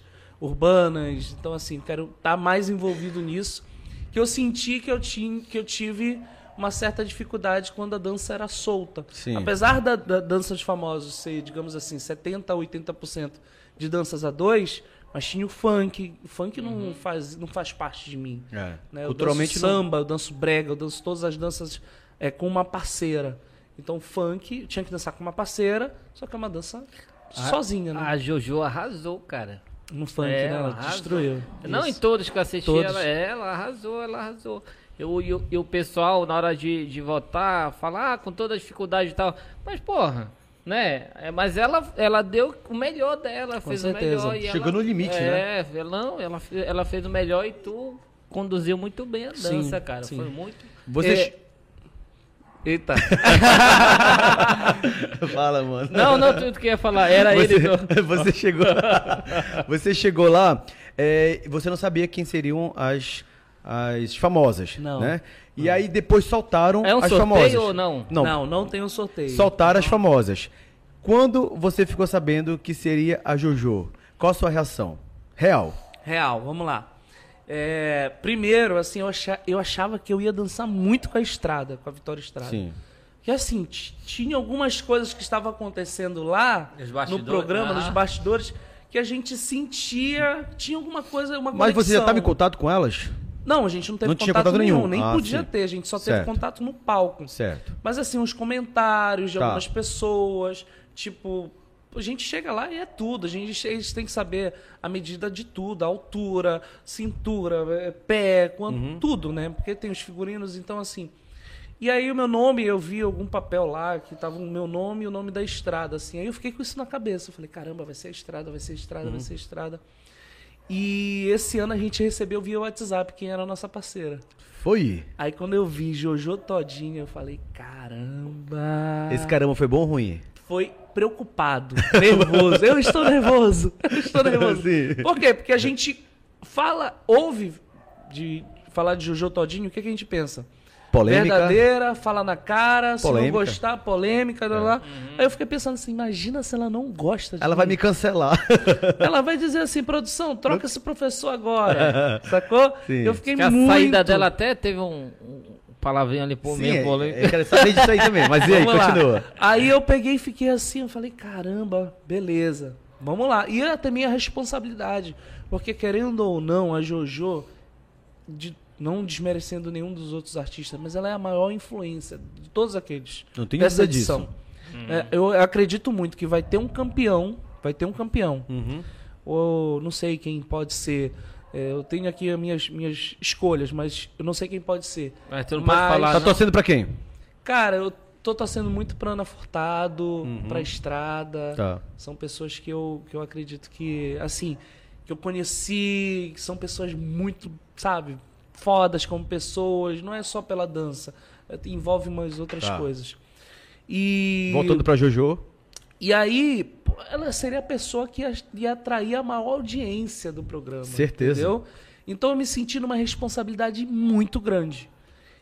urbanas. Então, assim, quero estar mais envolvido nisso. Que eu senti que eu, tinha, que eu tive uma certa dificuldade quando a dança era solta. Sim. Apesar da, da dança dos famosos ser, digamos assim, 70% a 80% de danças a dois, mas tinha o funk. O funk não, faz, não faz parte de mim. É. Né? Culturalmente eu danço samba, eu danço brega, eu danço todas as danças é, com uma parceira. Então, funk, eu tinha que dançar com uma parceira, só que é uma dança Ah, sozinha, né? A Jojo arrasou, cara. no funk, é, né? Ela arrasou. destruiu. Não, em Isso. todos que eu assisti, Todos. Ela, ela arrasou, ela arrasou. Eu, e o- e o pessoal, na hora de, de votar, falar ah, com toda a dificuldade e tal. Mas, porra, né? É, mas ela, ela deu o melhor dela, fez certeza. o melhor. E Chegou ela- no limite, é, né? não, ela, fe- ela fez o melhor e tu conduziu muito bem a dança, Sim, cara. sim. Foi muito. É. Vocês... Eita. Fala, mano. Não, não, tu, tu que ia falar, era você, ele. então. tu- você chegou você chegou lá é, você não sabia quem seriam as as famosas Não. né e aí depois soltaram É um as sorteio famosas ou não? não, Não, não tem um sorteio. soltaram as famosas quando você ficou sabendo que seria a Jojo qual a sua reação real Real, vamos lá. É, primeiro, assim, eu, acha- eu achava que eu ia dançar muito com a Estrada, com a Vitória Estrada. Que assim, t- tinha algumas coisas que estavam acontecendo lá Nos no bastidores, programa, ah. nos bastidores, que a gente sentia, tinha alguma coisa, uma mas você já tá conexão. estava em contato com elas Não, a gente não teve Não tinha contato, contato nenhum, nenhum. nem Ah, podia sim. ter, a gente só Certo. teve contato no palco. certo Mas assim, uns comentários de Tá. algumas pessoas, tipo, a gente chega lá e é tudo, a gente che- eles têm que saber a medida de tudo, a altura, cintura, eh, pé, quanto, Uhum. tudo, né? Porque tem os figurinos, então assim. E aí o meu nome, eu vi algum papel lá que tava o meu nome e o nome da estrada, assim. Aí eu fiquei com isso na cabeça, eu falei, caramba, vai ser a estrada, vai ser a estrada, Uhum. vai ser a estrada. E esse ano a gente recebeu via WhatsApp quem era a nossa parceira. foi Aí quando eu vi Jojo Todinho, eu falei, caramba. esse caramba foi bom ou ruim Foi preocupado, nervoso. eu estou nervoso. Eu estou nervoso. Sim. Por quê? Porque a gente fala, ouve de falar de Jojo Todinho, o que, que a gente pensa? polêmica Verdadeira, fala na cara, se Polêmica. É. não gostar, polêmica, lá, lá. Uhum. Aí eu fiquei pensando assim, imagina se ela não gosta de ela vai mim. me cancelar Ela vai dizer assim, produção, troca esse professor agora. Sacou? Sim. Eu fiquei que a muito... saída dela até teve um, um palavrinho ali por meio polêmico. é, eu quero saber disso aí também mas e aí Vamos lá. continua Aí eu peguei e fiquei assim, eu falei, caramba, beleza. Vamos lá. E é também a responsabilidade. Porque, querendo ou não, a JoJo, de- não desmerecendo nenhum dos outros artistas, mas ela é a maior influência de todos aqueles. Não tenho dessa dúvida disso. edição. É, eu acredito muito que vai ter um campeão. Vai ter um campeão. Tá Ou não sei quem pode ser. É, eu tenho aqui as minhas, minhas escolhas, mas eu não sei quem pode ser. Mas tu não Mas- pode falar, Tá não. torcendo pra quem? Cara, eu tô torcendo muito pra Ana Furtado, pra Estrada. Uhum. Tá. São pessoas que eu, que eu acredito que, assim, que eu conheci, que são pessoas muito, sabe, fodas como pessoas. Não é só pela dança, é, envolve umas outras Tá. coisas. E, Voltando pra Jojo. e aí, pô, ela seria a pessoa que ia- ia atrair a maior audiência do programa. Certeza. Entendeu? Então eu me senti numa responsabilidade muito grande.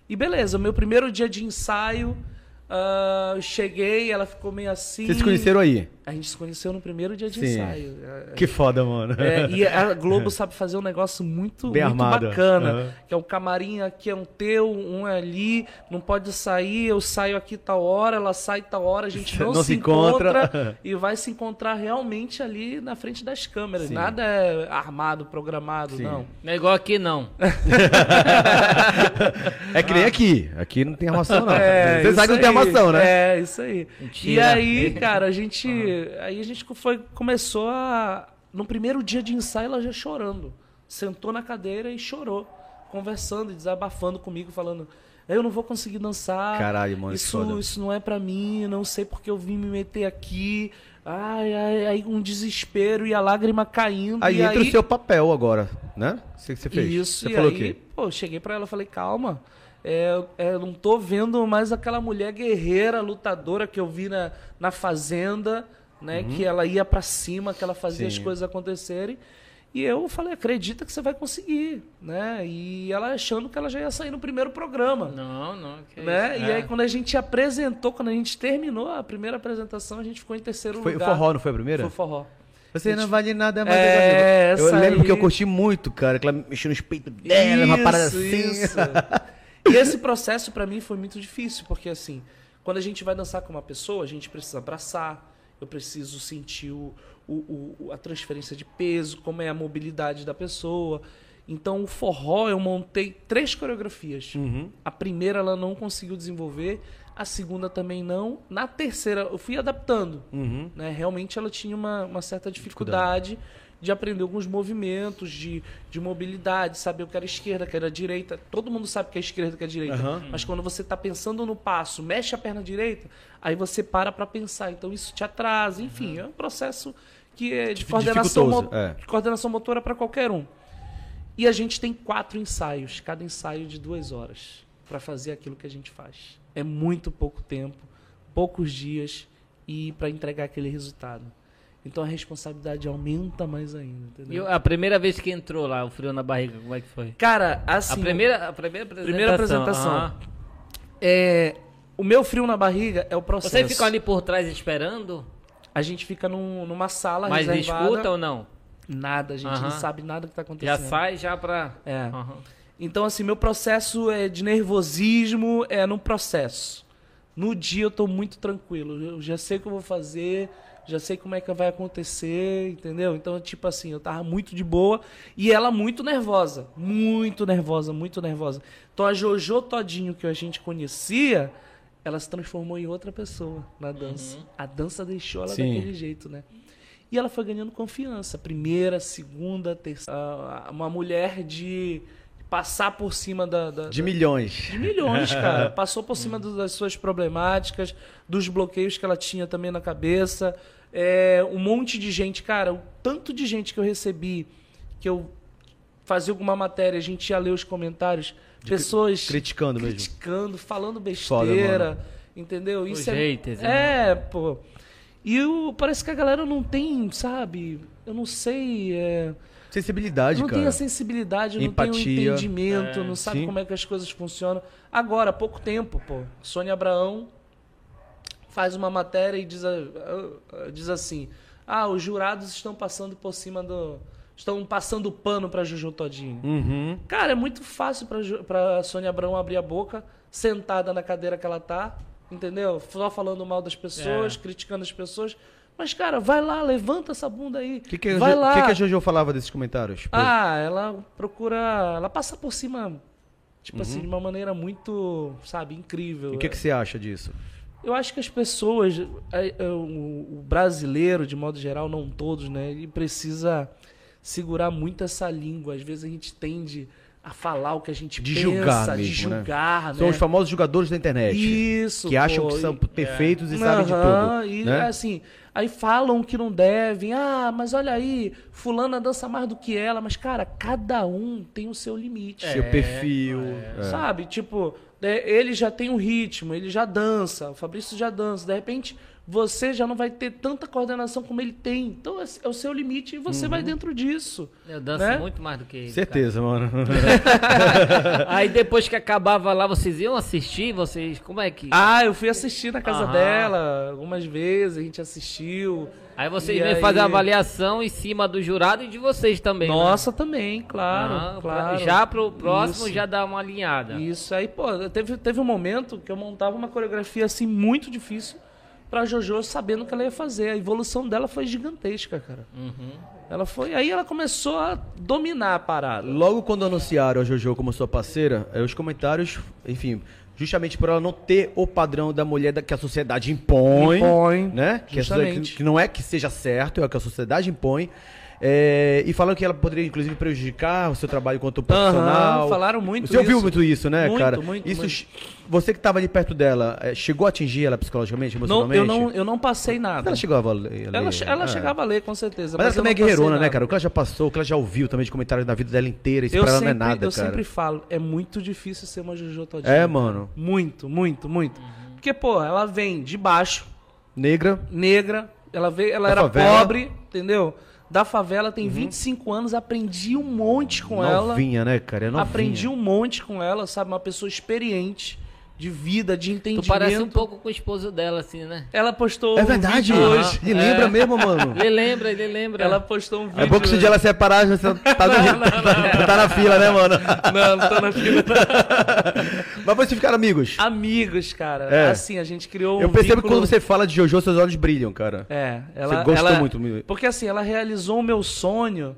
E beleza, meu primeiro dia de ensaio, ah, eu cheguei, ela ficou meio assim. Vocês se conheceram aí? A gente se conheceu no primeiro dia de Sim. ensaio. Que foda, mano. É, e a Globo sabe fazer um negócio muito, né? Bem muito armado. bacana. Aham. Que é um camarim aqui, é um teu, um é ali, não pode sair, eu saio aqui tal hora, ela sai tal hora, a gente não, se encontra. e vai se encontrar realmente ali na frente das câmeras. Sim. Nada é armado, programado, Sim. não. Não é igual aqui, não. É que nem aqui. Aqui não tem armação, não. É, Vocês isso sabem que não tem aí. armação, né? É, isso aí. E Mentira. aí, cara, a gente. Aí a gente foi, começou a. No primeiro dia de ensaio, ela já chorando. Sentou na cadeira e chorou. Conversando, e desabafando comigo, falando. Eu não vou conseguir dançar. Caralho, mano, que foda. Isso, isso não é pra mim, não sei porque eu vim me meter aqui. Ai, ai, aí um desespero e a lágrima caindo. Aí e entra aí, o seu papel agora, né? Sei que você fez. Isso, você e falou aí, o quê? pô, eu cheguei pra ela e falei, calma, é, é, eu não tô vendo mais aquela mulher guerreira, lutadora que eu vi na, na fazenda, né? Que ela ia pra cima, que ela fazia Uhum. Sim. as coisas acontecerem. E eu falei, acredita que você vai conseguir, né? E ela achando que ela já ia sair no primeiro programa. Não, não. que Né? isso. E É. aí, quando a gente apresentou, quando a gente terminou a primeira apresentação, a gente ficou em terceiro Foi o lugar. forró, né? não foi a primeira? Foi forró. Você não vale nada mais. É, eu essa lembro aí. que eu curti muito, cara. Que ela mexeu nos peitos dela, É, uma parada assim. isso. e esse processo pra mim foi muito difícil, porque assim, quando a gente vai dançar com uma pessoa, a gente precisa abraçar, eu preciso sentir o, o- o- a transferência de peso, como é a mobilidade da pessoa. Então, o forró, eu montei três coreografias. Uhum. A primeira ela não conseguiu desenvolver, a segunda também não. Na terceira, eu fui adaptando. Uhum. Né? Realmente ela tinha uma, uma certa dificuldade de aprender alguns movimentos, de, de mobilidade, saber o que era esquerda, o que era direita. Todo mundo sabe o que é esquerda, o que é direita. Aham. Mas quando você está pensando no passo, mexe a perna direita, aí você para para pensar. Então isso te atrasa. Enfim, é um processo que é de coordenação, dificultoso, mo- é. de coordenação motora para qualquer um. E a gente tem quatro ensaios, cada ensaio de duas horas, para fazer aquilo que a gente faz. É muito pouco tempo, poucos dias e para entregar aquele resultado. Então a responsabilidade aumenta mais ainda, entendeu? E eu- a primeira vez que entrou lá, o frio na barriga, como é que foi? Cara, A assim, primeira, a primeira apresentação. Ah. Primeira apresentação. Tá aham. é, o meu frio na barriga é o processo. Vocês ficam ali por trás esperando? A gente fica num- numa sala Mas Tá reservada. escuta ou não? Nada, a gente não Aham. sabe nada que tá Já acontecendo. sai já pra. É. Aham. Então, assim, meu processo é de nervosismo é no processo. No dia eu tô muito tranquilo. Eu já sei o que eu vou fazer, já sei como é que vai acontecer, entendeu? Então, tipo assim, eu tava muito de boa e ela muito nervosa. Muito nervosa, muito nervosa. Então a Jojo Todinho que a gente conhecia, ela se transformou em outra pessoa na dança. A dança deixou ela Sim. daquele jeito, né? E ela foi ganhando confiança. Primeira, segunda, terceira. Ah, Uma mulher de passar por cima da, da- De da- milhões. de milhões, cara. Passou por cima do- das suas problemáticas, dos bloqueios que ela tinha também na cabeça. É, um monte de gente, cara, o tanto de gente que eu recebi, que eu fazia alguma matéria, a gente ia ler os comentários, pessoas Criticando mesmo. criticando, falando Foda, besteira, entendeu? Os Isso é, haters, é, pô. E o, parece que a galera não tem, sabe? Eu não sei. é, Sensibilidade, não cara. tem assim- a sensibilidade, não tem né? Empatia. o entendimento, não sabe sim. como é que as coisas funcionam. Agora, há pouco tempo, pô, Sônia Abraão faz uma matéria e diz, a- a- diz assim: Ah, os jurados estão passando por cima do. estão passando pano pra Juju Todinho. Uhum. Cara, é muito fácil pra, Ju- pra Sônia Abrão abrir a boca, É. sentada na cadeira que ela tá, entendeu? Só falando mal das pessoas, criticando as pessoas. Mas, cara, vai lá, levanta essa bunda aí. O que, que, a vai Jo- lá. que que a Jojo falava desses comentários? Pô, Ah, ela procura. Ela passa por cima, tipo assim, de uma maneira muito, sabe, incrível. Uhum. e o que, que você acha disso? Eu acho que as pessoas, é, é, o o brasileiro, de modo geral, não todos, né? Ele precisa segurar muito essa língua. Às vezes a gente tende a falar o que a gente De pensa, julgar de mesmo, né? julgar, né? São os famosos jogadores da internet. Isso, que acham pô, que são e- perfeitos e sabem de Aham, tudo. E né? assim, aí falam que não devem. Ah, mas olha aí, fulana dança mais do que ela. Mas, cara, cada um tem o seu limite. Seu perfil. é. é, Sabe? Tipo, né, ele já tem um ritmo, ele já dança, o Fabrício já dança. De repente, você já não vai ter tanta coordenação como ele tem. Então, é é o seu limite e você Uhum. vai dentro disso. Eu danço né? muito mais do que ele. Certeza, mano. cara. Aí depois que acabava lá, vocês iam assistir, vocês. Como é que. Ah, eu fui assistir na casa Aham. dela algumas vezes, a gente assistiu. aí vocês e vêm aí- fazer a avaliação em cima do jurado e de vocês também. né? Nossa, também, claro, Ah, pra- claro. Já pro próximo Isso. já dá uma alinhada. Isso aí, pô, teve, teve um momento que eu montava uma coreografia assim muito difícil pra Jojo sabendo o que ela ia fazer. A evolução dela foi gigantesca, cara. Ela foi. Aí ela começou a dominar a parada. Logo quando anunciaram a JoJo como sua parceira, eh, os comentários, enfim, justamente por ela não ter o padrão da mulher da- que a sociedade impõe, Impõe, né? Que, a sociedade- justamente. que não é que seja certo, é o que a sociedade impõe. eh, e falam que ela poderia, inclusive, prejudicar o seu trabalho enquanto profissional. falaram muito Você ouviu isso. muito isso, né, Muito, cara? muito, isso, muito. ch- Você que estava ali perto dela, eh, chegou a atingir ela psicologicamente, Não, emocionalmente? eu, não, eu não passei nada. Ela chegava a ler. a Ela, ler- che- ela ah. chegava a ler, com certeza. Mas ela eu também é não passei guerreirona, né, nada. cara? O que ela já passou, o que ela já ouviu também de comentários na vida dela inteira, isso Eu pra ela sempre, não é nada, eu cara. sempre assim. falo, é muito difícil ser uma Jojo todinha. É, mano. Muito, muito, muito. Porque, pô, ela vem de baixo, Negra. negra, ela veio, ela Da era favela. Uhum. pobre, entendeu? Da favela, tem 25 anos, aprendi um monte com ela. novinha, né, cara? É novinha. Aprendi um monte com ela, sabe? Uma pessoa experiente de vida, de Tu entendimento. parece um pouco com o esposo dela, assim, né? Ela postou É um verdade. vídeo Hoje. hoje. É. E lembra mesmo, mano. Ele lembra, ele lembra. Ela postou um vídeo. É bom que se hoje. dia ela separar, você tá, no- tá na fila, né, mano? Não, não tô na fila. Mas vocês ficaram amigos. Amigos, cara. É. Assim, a gente criou um Eu percebo que Ah, vínculo- quando você fala de Jojo, seus olhos brilham, cara. É, ela. Você gostou ela- muito mesmo. Porque assim, ela realizou o meu sonho.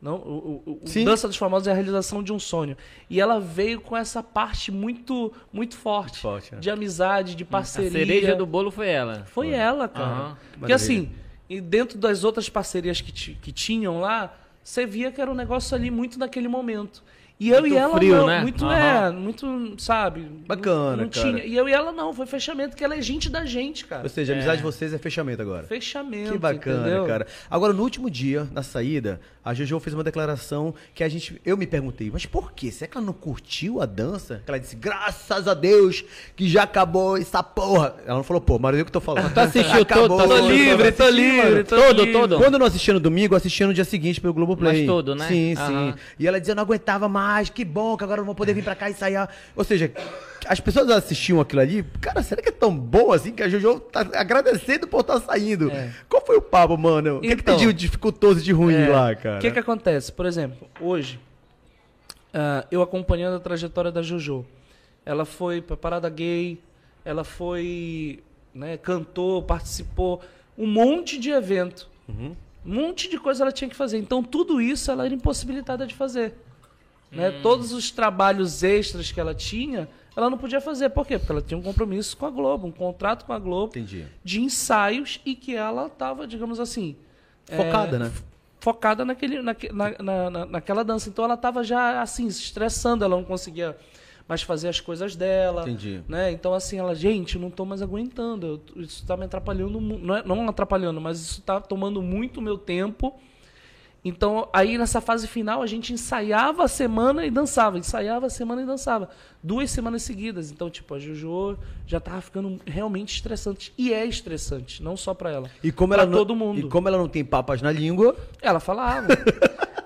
Não, o, o- o- o Sim. Dança dos Famosos é a realização de um sonho. E ela veio com essa parte muito muito forte, forte, né? de amizade, de A parceria. cereja do bolo foi ela. Foi ela, cara. Aham. Porque assim, e dentro das outras parcerias que, ti- que tinham lá, você via que era um negócio ali muito naquele momento. E eu Muito e ela frio, não, né? muito Aham. é, muito, sabe? Bacana, não, cara. não tinha. E eu e ela não, foi fechamento, que ela é gente da gente, cara. Ou seja, a amizade de vocês é fechamento agora. Fechamento, Que bacana, entendeu? cara. Agora, no último dia, na saída, a Jojo fez uma declaração que a gente. Eu me perguntei, mas por quê? Será que ela não curtiu a dança? Que Ela disse, graças a Deus que já acabou essa porra. Ela não falou, pô, mas eu que tô falando. Tu assistiu todo, Acabou, tu eu assistiu livre, assisti, tô livre, mano. tô Todo, livre. todo. Quando eu não assistia no domingo, eu assistia no dia seguinte pelo Globoplay. Mas todo, né? Sim, Aham. sim. E ela dizia, eu não aguentava mais, que bom que agora eu vou poder vir pra cá e sair. Ou seja, as pessoas assistiam aquilo ali, cara, será que é tão bom assim que a Jojo tá agradecendo por estar saindo? Qual foi o papo, mano? O que, que tem É. Então. de dificultoso de ruim É, lá, cara? O que, que acontece? Por exemplo, hoje, ah, eu acompanhando a trajetória da Jojo. Ela foi pra parada gay, ela foi, né, cantou, participou, um monte de evento. Uhum. Um monte de coisa ela tinha que fazer. Então, tudo isso ela era impossibilitada de fazer. Né? Todos os trabalhos extras que ela tinha, ela não podia fazer. Por quê? Porque ela tinha um compromisso com a Globo, um contrato com a Globo Entendi. de ensaios e que ela estava, digamos assim, é, Focada, né? focada naquele, naque- na, na- na- naquela dança. Então ela estava já assim, se estressando, ela não conseguia mais fazer as coisas dela. Entendi. Né? Então, assim, ela, gente, eu não estou mais aguentando. eu- isso está me atrapalhando mu- Não, é- não atrapalhando, mas isso está tomando muito meu tempo. Então, aí nessa fase final, a gente ensaiava a semana e dançava, ensaiava a semana e dançava. Duas semanas seguidas. Então, tipo, a Jojo já tava ficando realmente estressante. E é estressante, não só pra ela. E como pra ela não, todo mundo. E como ela não tem papas na língua, Ela falava.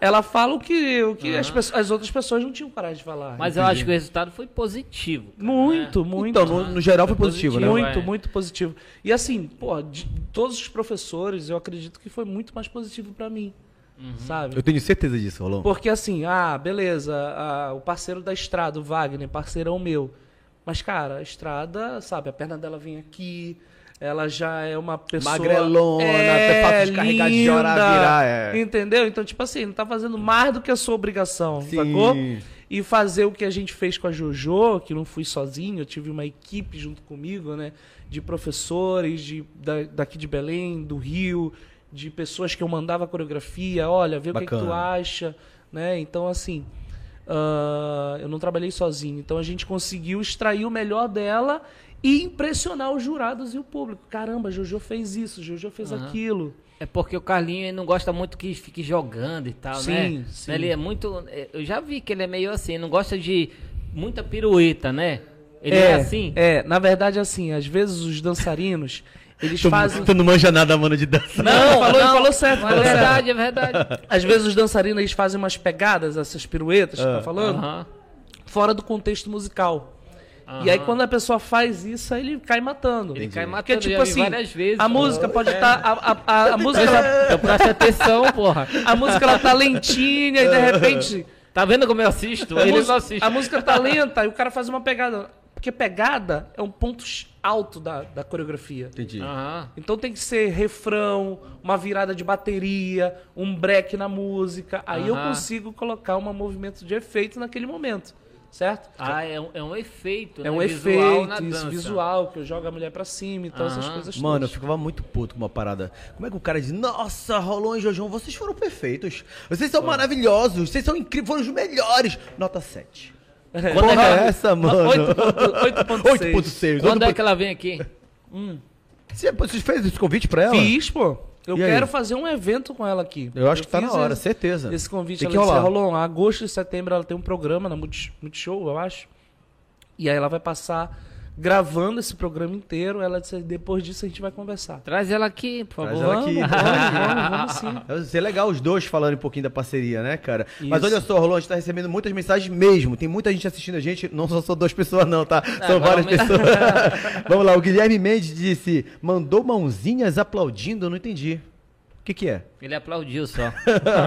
ela fala o que, o que as, pessoas- as outras pessoas não tinham coragem de falar. Mas eu acho que o resultado foi positivo. cara, Ah, né? Muito, muito. então, no, no geral foi Foi positivo, positivo, né? né? Muito, Vai. muito positivo. E assim, pô, de todos os professores, eu acredito que foi muito mais positivo pra mim. Uhum. Sabe? Eu tenho certeza disso, Rolão. Porque assim, ah, beleza, ah, o parceiro da estrada, o Wagner, parceirão meu. Mas, cara, a estrada, sabe, a perna dela vem aqui, Ela já é uma pessoa. é Magrelona, até fácil de carregar, de orar, linda, virar, é. Entendeu? Então, tipo assim, não tá fazendo mais do que a sua obrigação, Sim. sacou? E fazer o que a gente fez com a JoJo, que não fui sozinho, eu tive uma equipe junto comigo, né? De professores de, da- daqui de Belém, do Rio, de pessoas que eu mandava coreografia, olha, vê o que, que tu Bacana. acha, né? Então, assim. ah, eu não trabalhei sozinho, então a gente conseguiu extrair o melhor dela e impressionar os jurados e o público. Caramba, Jojo fez isso, Jojo fez Aham. aquilo. É porque o Carlinho ele não gosta muito que fique jogando e tal, Sim, né? sim. Ele é muito. Eu já vi que ele é meio assim, não gosta de muita pirueta, né? Ele é, assim. É, na verdade, assim, às vezes os dançarinos, eles Tu, fazem. tu não manja nada, mano, de dança. Não, falou- falou certo, É falou certo. verdade, é verdade. Às vezes os dançarinos eles fazem umas pegadas, essas piruetas que tá falando, Aham. fora do contexto musical. E Aham. aí, quando a pessoa faz isso, aí ele cai matando. Ele cai Porque, matando, tipo já vi assim, várias vezes. É. a música pode estar. a, a- a- a música, ela, Eu presto atenção, porra. a música ela tá lentinha e de repente Tá vendo como eu assisto? A, Ele música- não assiste. a música tá lenta e o cara faz uma pegada. Porque pegada é um ponto alto da, da coreografia. Entendi. Aham. Então tem que ser refrão, uma virada de bateria, um break na música. Aí eu Aham. consigo colocar um movimento de efeito naquele momento, certo? Ah, é um, é um efeito, é né? um Visual efeito, na isso, dança. Ah. visual, que eu jogo a mulher pra cima, então essas Aham. coisas Mano, eu todas. ficava muito puto com uma parada. Como é que o cara diz, nossa, Rolon e Jojão, vocês foram perfeitos. Vocês são maravilhosos, vocês são incríveis, foram os melhores. Nota 7. Quando é essa, mano? 8.6. 8.6. Quando é 8.6. que ela vem aqui? Você você fez esse convite pra ela? Fiz, pô. Eu E aí? quero fazer um evento com ela aqui. Eu acho que tá na fiz hora, esse- certeza. Esse convite Tem ela que disse, rolar. rolou. Em agosto e setembro ela tem um programa na Multi- Multishow, eu acho. E aí ela vai passar gravando esse programa inteiro. Ela disse, depois disso a gente vai conversar. Tá Traz ela aqui, por Traz favor. ela aqui. Vamos, vamos, vamos sim. Vai ser legal os dois falando um pouquinho da parceria, né, cara? Mas Isso. olha só, Rolon, a gente tá recebendo muitas mensagens mesmo. Tem muita gente assistindo a gente, não são só duas pessoas, não, tá? São agora várias aumentou. pessoas. Vamos lá, o Guilherme Mendes disse: mandou mãozinhas aplaudindo, eu não entendi. O que, que é? Ele aplaudiu só.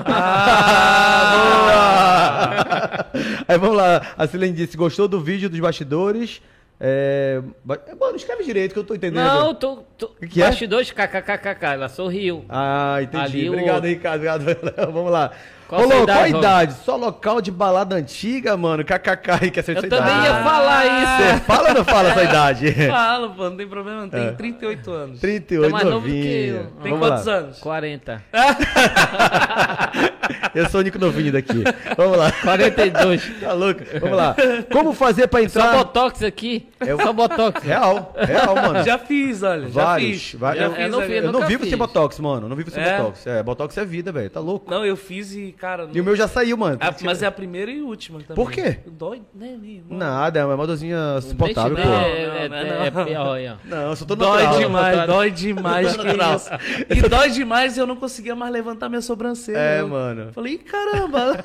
Ah, Ah, Boa! Aí vamos lá, a Silene disse: gostou do vídeo dos bastidores? É... ba- Mano, escreve direito que eu tô entendendo. Não, tu, tu Que que é? bastidores kkkkk, ela sorriu. Ah, entendi. Ali o- Obrigado, Ricardo. Obrigado. Vamos lá. Qual Ô, a sua Lô, idade, qual a Lô? idade? Só local de balada antiga, mano. KKK, aí, que é essa Eu sua também idade. ia falar isso. Você fala ou não fala essa idade? Falo, pô, não tem problema, não. Tem 38 anos. 38, Tá mais novo novinho. que eu. Tem Tem É. Vamos quantos lá. anos? 40. Eu sou o único novinho daqui. Vamos lá. 42. Tá louco? Vamos lá. Como fazer pra É Só entrar... botox aqui. Eu- Só botox. Real, real, mano. Já fiz, olha. É. Vários, Já fiz. vários. Já Eu- fiz, eu não olha. fiz, Eu não nunca vivo sem fiz. botox, mano. Não vivo sem É? botox. É, botox é vida, velho. Tá louco. Não, eu fiz e, cara... E o meu já saiu, mano. Ah, mas é a primeira e última também. Por quê? Dói, né? né, mano? Nada, é uma dorzinha suportável, Não, pô. é, Não, é, não, é, não. é- ó, aí, ó. Não, eu só tô Dói natural. demais, natural. dói demais, que Natural. isso. E dói demais eu não conseguia mais levantar minha sobrancelha. É, Eu mano. Falei, "Ih, caramba,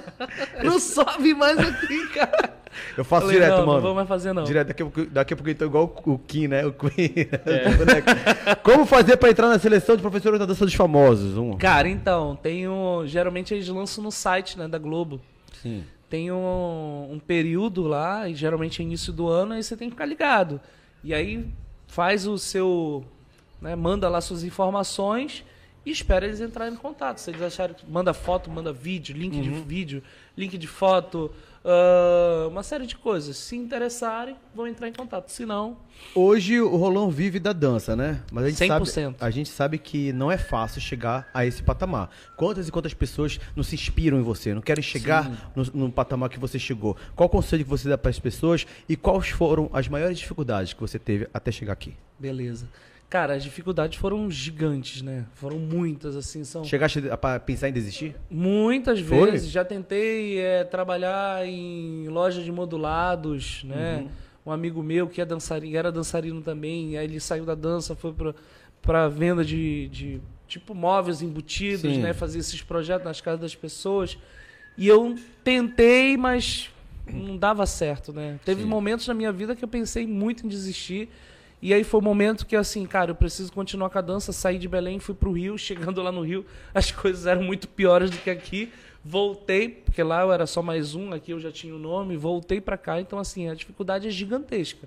não sobe mais aqui, cara. Eu faço Falei, direto, não, mano. Não vou mais fazer, não. Direto, daqui a pouco, daqui a pouco eu tô igual o o Kim, né? O Queen. O boneco. É. Como fazer pra entrar na seleção de professores da dança dos famosos? Um. Cara, então, tem um. Geralmente eles lançam no site, né, da Globo. Sim. Tem um, um período lá, e geralmente é início do ano, aí você tem que ficar ligado. E aí faz o seu. Né, manda lá suas informações e espera eles entrarem em contato. Se eles acharem que manda foto, manda vídeo, link de vídeo, link de foto, ah, uma série de coisas. Se interessarem, vão entrar em contato. Se não, Hoje o Rolão vive da dança, né? Mas a gente, Sabe, 100%. a gente sabe que não é fácil chegar a esse patamar. Quantas e quantas pessoas não se inspiram em você, não querem chegar no, no patamar que você chegou? Qual o conselho que você dá para as pessoas e quais foram as maiores dificuldades que você teve até chegar aqui? beleza. Cara, as dificuldades foram gigantes, né? Foram muitas, assim, são. Chegaste a pa- pensar em desistir? Muitas Foi? vezes. Já tentei eh, trabalhar em loja de modulados, né? Uhum. Um amigo meu que é dançarino, era dançarino também, aí ele saiu da dança, foi pra, pra venda de, de, tipo móveis embutidos, Sim. né? Fazer esses projetos nas casas das pessoas. E eu tentei, mas não dava certo, né? Teve momentos na minha vida que eu pensei muito em desistir. E aí foi o momento que, assim, cara, eu preciso continuar com a dança. Saí de Belém, fui pro Rio. Chegando lá no Rio, as coisas eram muito piores do que aqui. Voltei, porque lá eu era só mais um, aqui eu já tinha o nome. Voltei pra cá, então, assim, a dificuldade é gigantesca.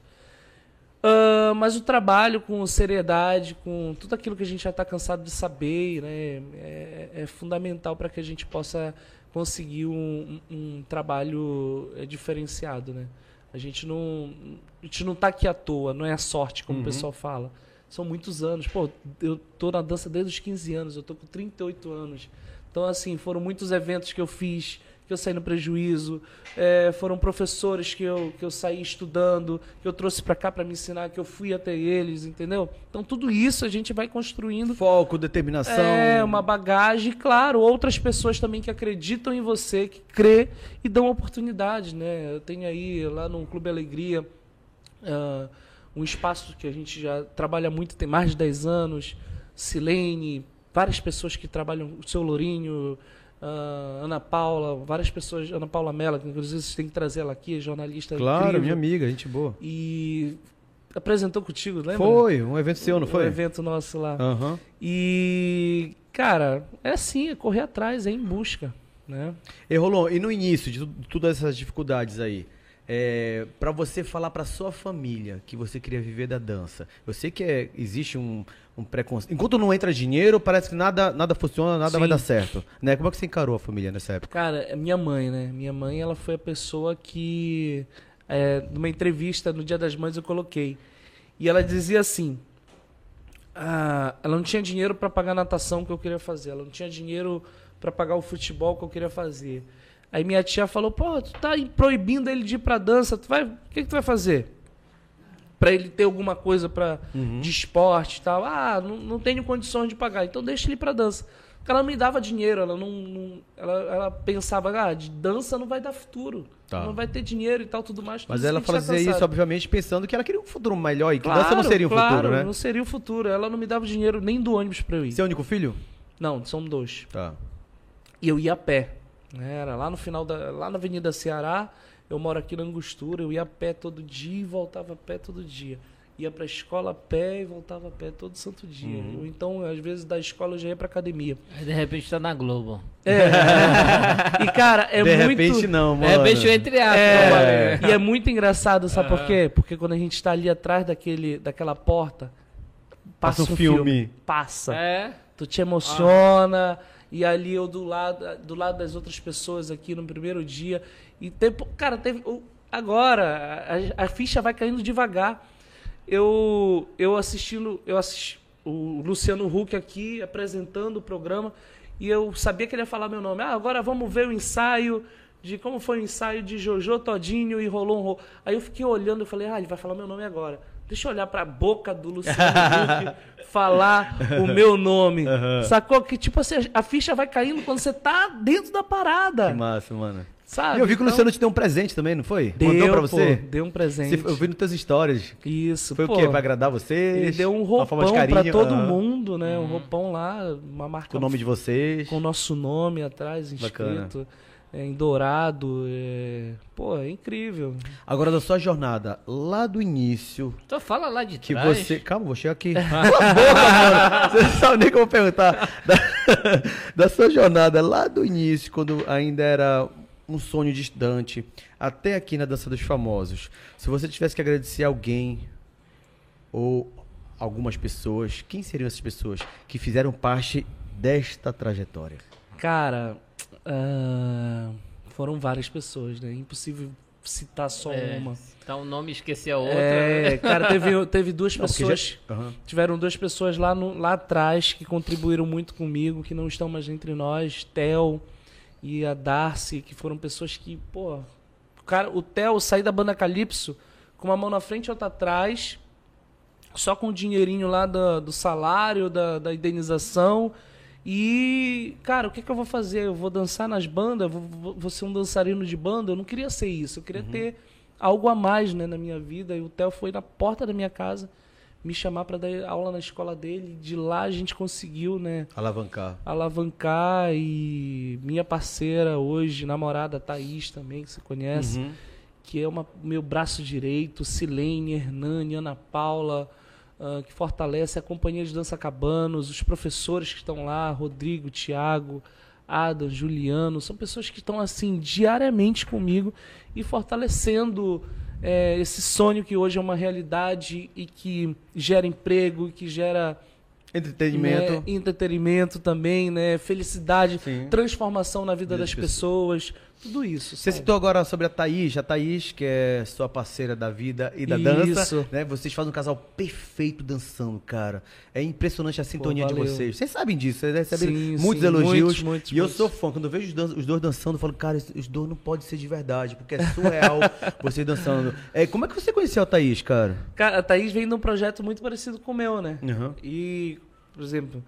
Ah, mas o trabalho com seriedade, com tudo aquilo que a gente já está cansado de saber, né, é, é fundamental para que a gente possa conseguir um, um- um trabalho é, diferenciado, né? A gente não, a gente não tá aqui à toa, não é a sorte como o pessoal fala. São muitos anos. Pô, eu tô na dança desde os 15 anos, eu tô com 38 anos. Então assim, foram muitos eventos que eu fiz, que eu saí no prejuízo, é, foram professores que eu, que eu saí estudando, que eu trouxe para cá para me ensinar, que eu fui até eles, entendeu? Então tudo isso a gente vai construindo Foco, determinação. é, uma bagagem, claro, outras pessoas também que acreditam em você, que crê e dão oportunidade, né? Eu tenho aí lá no Clube Alegria ah, um espaço que a gente já trabalha muito, tem mais de 10 anos, Silene, várias pessoas que trabalham, o seu Lourinho, ah, Ana Paula, várias pessoas, Ana Paula Mello, que inclusive vocês têm que trazer ela aqui, é jornalista Claro, incrível, minha amiga, gente boa. E apresentou contigo, lembra? Foi, um evento seu, não Um foi? evento nosso lá. Aham. E, cara, é assim, é correr atrás, é em busca, né? E Rolon, e no início de tu- todas essas dificuldades aí, é, para você falar pra sua família que você queria viver da dança, eu sei que é- existe um, um preconceito. Enquanto não entra dinheiro, parece que nada, nada funciona, nada Sim. vai dar certo. Né? Como é que você encarou a família nessa época? Cara, minha mãe, né? Minha mãe, ela foi a pessoa que, é, numa entrevista no Dia das Mães, eu coloquei. E ela dizia assim: ah, ela não tinha dinheiro para pagar a natação que eu queria fazer, ela não tinha dinheiro para pagar o futebol que eu queria fazer. Aí minha tia falou: pô, tu tá aí proibindo ele de ir pra dança, tu vai, o que, que tu vai fazer? Pra ele ter alguma coisa pra, Uhum. de esporte e tal. Ah, não, não tenho condições de pagar, então deixa ele ir pra dança. Porque ela não me dava dinheiro, ela não. não- ela, ela pensava, ah, de dança não vai dar futuro. Tá. Não vai ter dinheiro e tal, tudo mais. tudo Mas isso ela que a gente tá fazia isso, cansado. obviamente, pensando que ela queria um futuro melhor e que dança não seria um claro, futuro, né? Não seria o futuro. Ela não me dava dinheiro nem do ônibus pra eu ir. Seu único filho? Não, são dois. Tá. E eu ia a pé. né? Era lá no final da. lá na Avenida Ceará, eu moro aqui na Angostura, eu ia a pé todo dia e voltava a pé todo dia. Ia pra escola a pé e voltava a pé todo santo dia. Ou então, às vezes, da escola eu já ia pra academia. Aí de repente tá na Globo. E, cara, é De muito. repente não, É, mano. beijo entre aspas. eu falei, né? né? É, e é muito engraçado, sabe por quê? Porque quando a gente tá ali atrás daquele, daquela porta, passa, um filme. Passa. É. Tu te emociona. E ali eu do lado, do lado das outras pessoas aqui no primeiro dia. E tempo, cara, teve. o- Agora, a, a ficha vai caindo devagar. Eu, eu assistindo. Eu assisti o Luciano Huck aqui apresentando o programa. E eu sabia que ele ia falar meu nome. Ah, agora vamos ver o ensaio de como foi o ensaio de Jojo Todinho e Rolon Ro. Aí eu fiquei olhando, eu falei, ah, ele vai falar meu nome agora. Deixa eu olhar pra boca do Luciano Huck falar o meu nome. Sacou? Que tipo assim, a ficha vai caindo quando você tá dentro da Que parada. massa, mano. Sabe? e eu vi que o Então, Luciano te deu um presente também, não foi? deu, Mandou pra pô, você? deu um Você- presente. eu vi nas tuas histórias. Isso, Foi pô. o quê? Pra agradar vocês? Ele deu um Uma forma de roupão pra carinho? todo Ah. mundo, né? Um roupão lá, uma marca Com o nome de vocês. com o nosso nome atrás Bacana. inscrito, é, em dourado. é, Pô, é incrível. Agora da sua jornada, lá do início, Então fala lá de que trás. você. Calma, vou chegar aqui. Cala a boca, mano. Você não sabe nem o que eu vou perguntar. Da, da sua jornada lá do início, quando ainda era um sonho distante, até aqui na Dança dos Famosos. Se você tivesse que agradecer alguém ou algumas pessoas, quem seriam essas pessoas que fizeram parte desta trajetória? Cara, ah, foram várias pessoas, né? Impossível citar só É, uma. Tá um nome esquecer a outra. né? É, cara, teve, teve duas Não, porque já- pessoas. Aham. Tiveram duas pessoas lá, no- lá atrás que contribuíram muito comigo, que não estão mais entre nós, Theo e a Darcy, que foram pessoas que, pô, o cara, o Theo sair da banda Calypso com uma mão na frente e outra atrás, só com o dinheirinho lá do, do salário, da, da indenização. E, cara, o que, que eu vou fazer? Eu vou dançar nas bandas? Vou, vou- vou ser um dançarino de banda? Eu não queria ser isso. Eu queria ter algo a mais né, na minha vida. E o Theo foi na porta da minha casa me chamar para dar aula na escola dele. De lá a gente conseguiu, né? Alavancar. alavancar e minha parceira hoje, namorada Thaís também, que você conhece, que é uma, meu braço direito, Silene, Hernani, Ana Paula, ah, que fortalece a companhia de dança Cabanos, os professores que estão lá, Rodrigo, Tiago, Adam, Juliano, são pessoas que estão assim diariamente comigo e fortalecendo é, esse sonho que hoje é uma realidade e que gera emprego, e que gera Entretenimento. né, entretenimento também, né? Felicidade, Sim. transformação na vida Vida das das pessoas, tudo isso. Você sabe? citou agora sobre a Thaís, a Thaís, que é sua parceira da vida e da dança. Isso. Né? Vocês fazem um casal perfeito dançando, cara. É impressionante a sintonia de valeu. vocês. Vocês sabem disso, vocês recebem Sim, muitos sim, elogios. muitos, muitos, e eu muitos. sou fã. Quando eu vejo os, dan- os dois dançando, eu falo, cara, isso- os dois não podem ser de verdade, porque é surreal vocês dançando. É, como é que você conheceu a Thaís, cara? Cara, a Thaís vem de um projeto muito parecido com o meu, né? Uhum. E, por exemplo,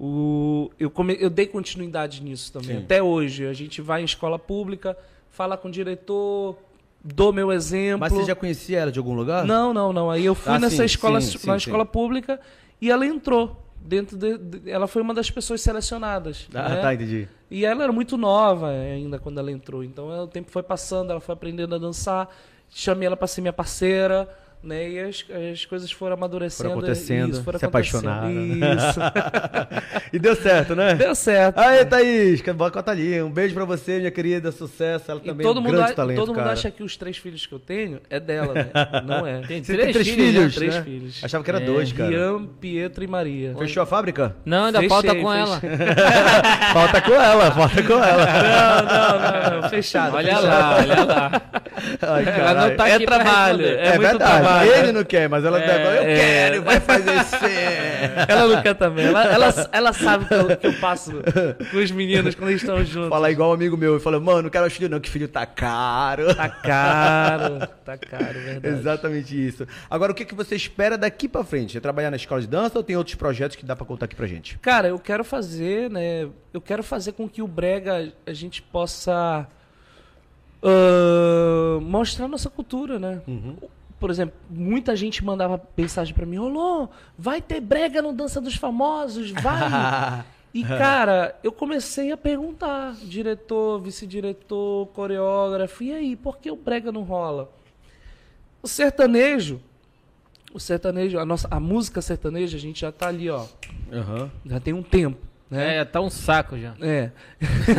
o, eu, come- eu dei continuidade nisso também. Sim. Até hoje. A gente vai em escola pública, fala com o diretor, dou meu exemplo. Mas você já conhecia ela de algum lugar? Não, não, não. Aí eu fui Ah, nessa sim, escola, sim, na sim, escola sim. pública e ela entrou. Dentro de, de- ela foi uma das pessoas selecionadas. Ah, né? tá, entendi. E ela era muito nova eh, ainda quando ela entrou. Então eh, o tempo foi passando, ela foi aprendendo a dançar. Chamei ela para ser minha parceira, né? E as, as coisas foram amadurecendo. Foram acontecendo, isso, foram se acontecendo. apaixonaram, né? Isso. E deu certo, né? Deu certo. Aê, Thaís, que boa cota ali. Um beijo pra você, minha querida. Sucesso. Ela E também todo é um mundo, grande a- talento, todo mundo cara. acha que os três filhos que eu tenho é dela, né? Não é. Tem Você três tem três filhos, filhos, né? Três né? filhos. Achava que era É, dois, cara. Rian, Pietro e Maria. Fechou a fábrica? Não, ainda Fechei, falta com fechei. ela. falta com ela, falta com ela. Não, não, não, não. Fechado. Olha fechado. lá, olha lá. Ai, Ela não tá caralho. É aqui pra trabalho, responder. É, é muito verdade. trabalho. Ele não quer, mas ela deve falar, eu é. quero, vai fazer ser. Ela não quer também. Ela, ela, ela sabe que eu, que eu passo com os meninos quando eles estão juntos. Fala igual um amigo meu, ele falou, mano, não quero filho não, que filho tá caro. Tá caro, tá caro, verdade. Exatamente isso. Agora, o que, que você espera daqui pra frente? É trabalhar na escola de dança ou tem outros projetos que dá pra contar aqui pra gente? Cara, eu quero fazer, né? Eu quero fazer com que o Brega a gente possa ah, mostrar nossa cultura, né? Por exemplo, muita gente mandava mensagem pra mim: Olô, vai ter Brega no Dança dos Famosos, vai! E, cara, eu comecei a perguntar, diretor, vice-diretor, coreógrafo, e aí, por que o brega não rola? O sertanejo, o sertanejo, a nossa, a música sertaneja, a gente já tá ali, ó, Aham. já tem um tempo, né? É, tá um saco já. É.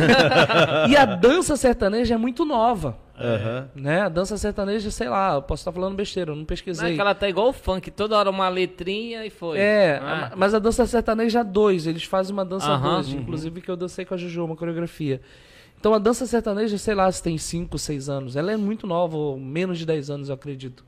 e a dança sertaneja é muito nova, Aham. né? A dança sertaneja, sei lá, eu posso estar falando besteira, eu não Não, pesquisei. é que ela tá igual o funk, toda hora uma letrinha e foi. É, Ah, a- mas a dança sertaneja 2, eles fazem uma dança Aham, 2, inclusive que eu dancei com a Juju, uma coreografia. Então a dança sertaneja, sei lá, se tem 5, 6 anos. Ela é muito nova, ou menos de 10 anos, eu acredito.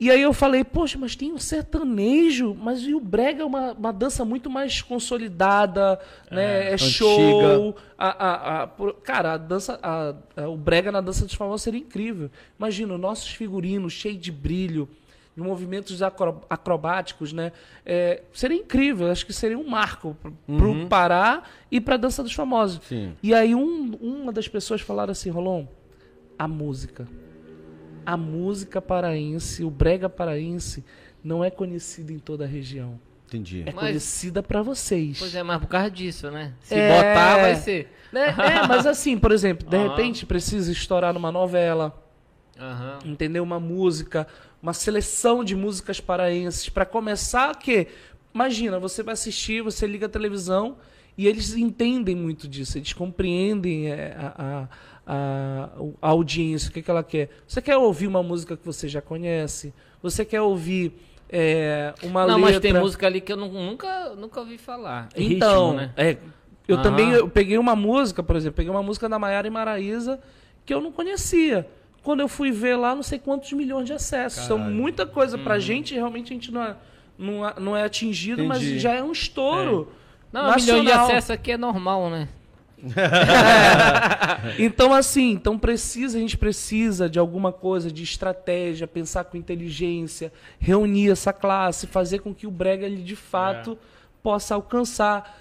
E aí eu falei, poxa, mas tem um sertanejo, mas e o brega é uma, uma dança muito mais consolidada, né? É antiga. show. A, a- a- por- cara, a dança, a- a- o brega na dança dos famosos seria incrível. Imagina, nossos figurinos cheios de brilho, de movimentos acro- acrobáticos, né? É, seria incrível, acho que seria um marco pro, pro Pará e pra dança dos famosos. Sim. E aí um- uma das pessoas falaram assim, Rolon, a música. A música paraense, o brega paraense, não é conhecida em toda a região. Entendi. É Mas- conhecida pra vocês. Pois é, mas por causa disso, né? Se É. botar, vai ser. Né? É, mas assim, por exemplo, de Aham. repente precisa estourar numa novela, Aham. entendeu? Uma música, uma seleção de músicas paraenses pra começar o quê? Imagina, você vai assistir, você liga a televisão e eles entendem muito disso, eles compreendem é, a, a- a- o- a audiência, o que, que ela quer. Você quer ouvir uma música que você já conhece? Você quer ouvir é, uma Não, letra? mas tem música ali que eu nu- nunca, nunca ouvi falar. É Então, ritmo, né? é, eu Aham. também eu peguei uma música, por exemplo, peguei uma música da Maiara e Maraíza que eu não conhecia. Quando eu fui ver lá, não sei quantos milhões de acessos. Então, Caralho. muita coisa pra gente, realmente a gente não é, não é, não é atingido, mas Entendi. já é um estouro. Não, um milhão de acessos aqui é normal, né? Então, assim, então precisa, a gente precisa de alguma coisa, de estratégia, pensar com inteligência, reunir essa classe, fazer com que o Brega ele, de fato É. possa alcançar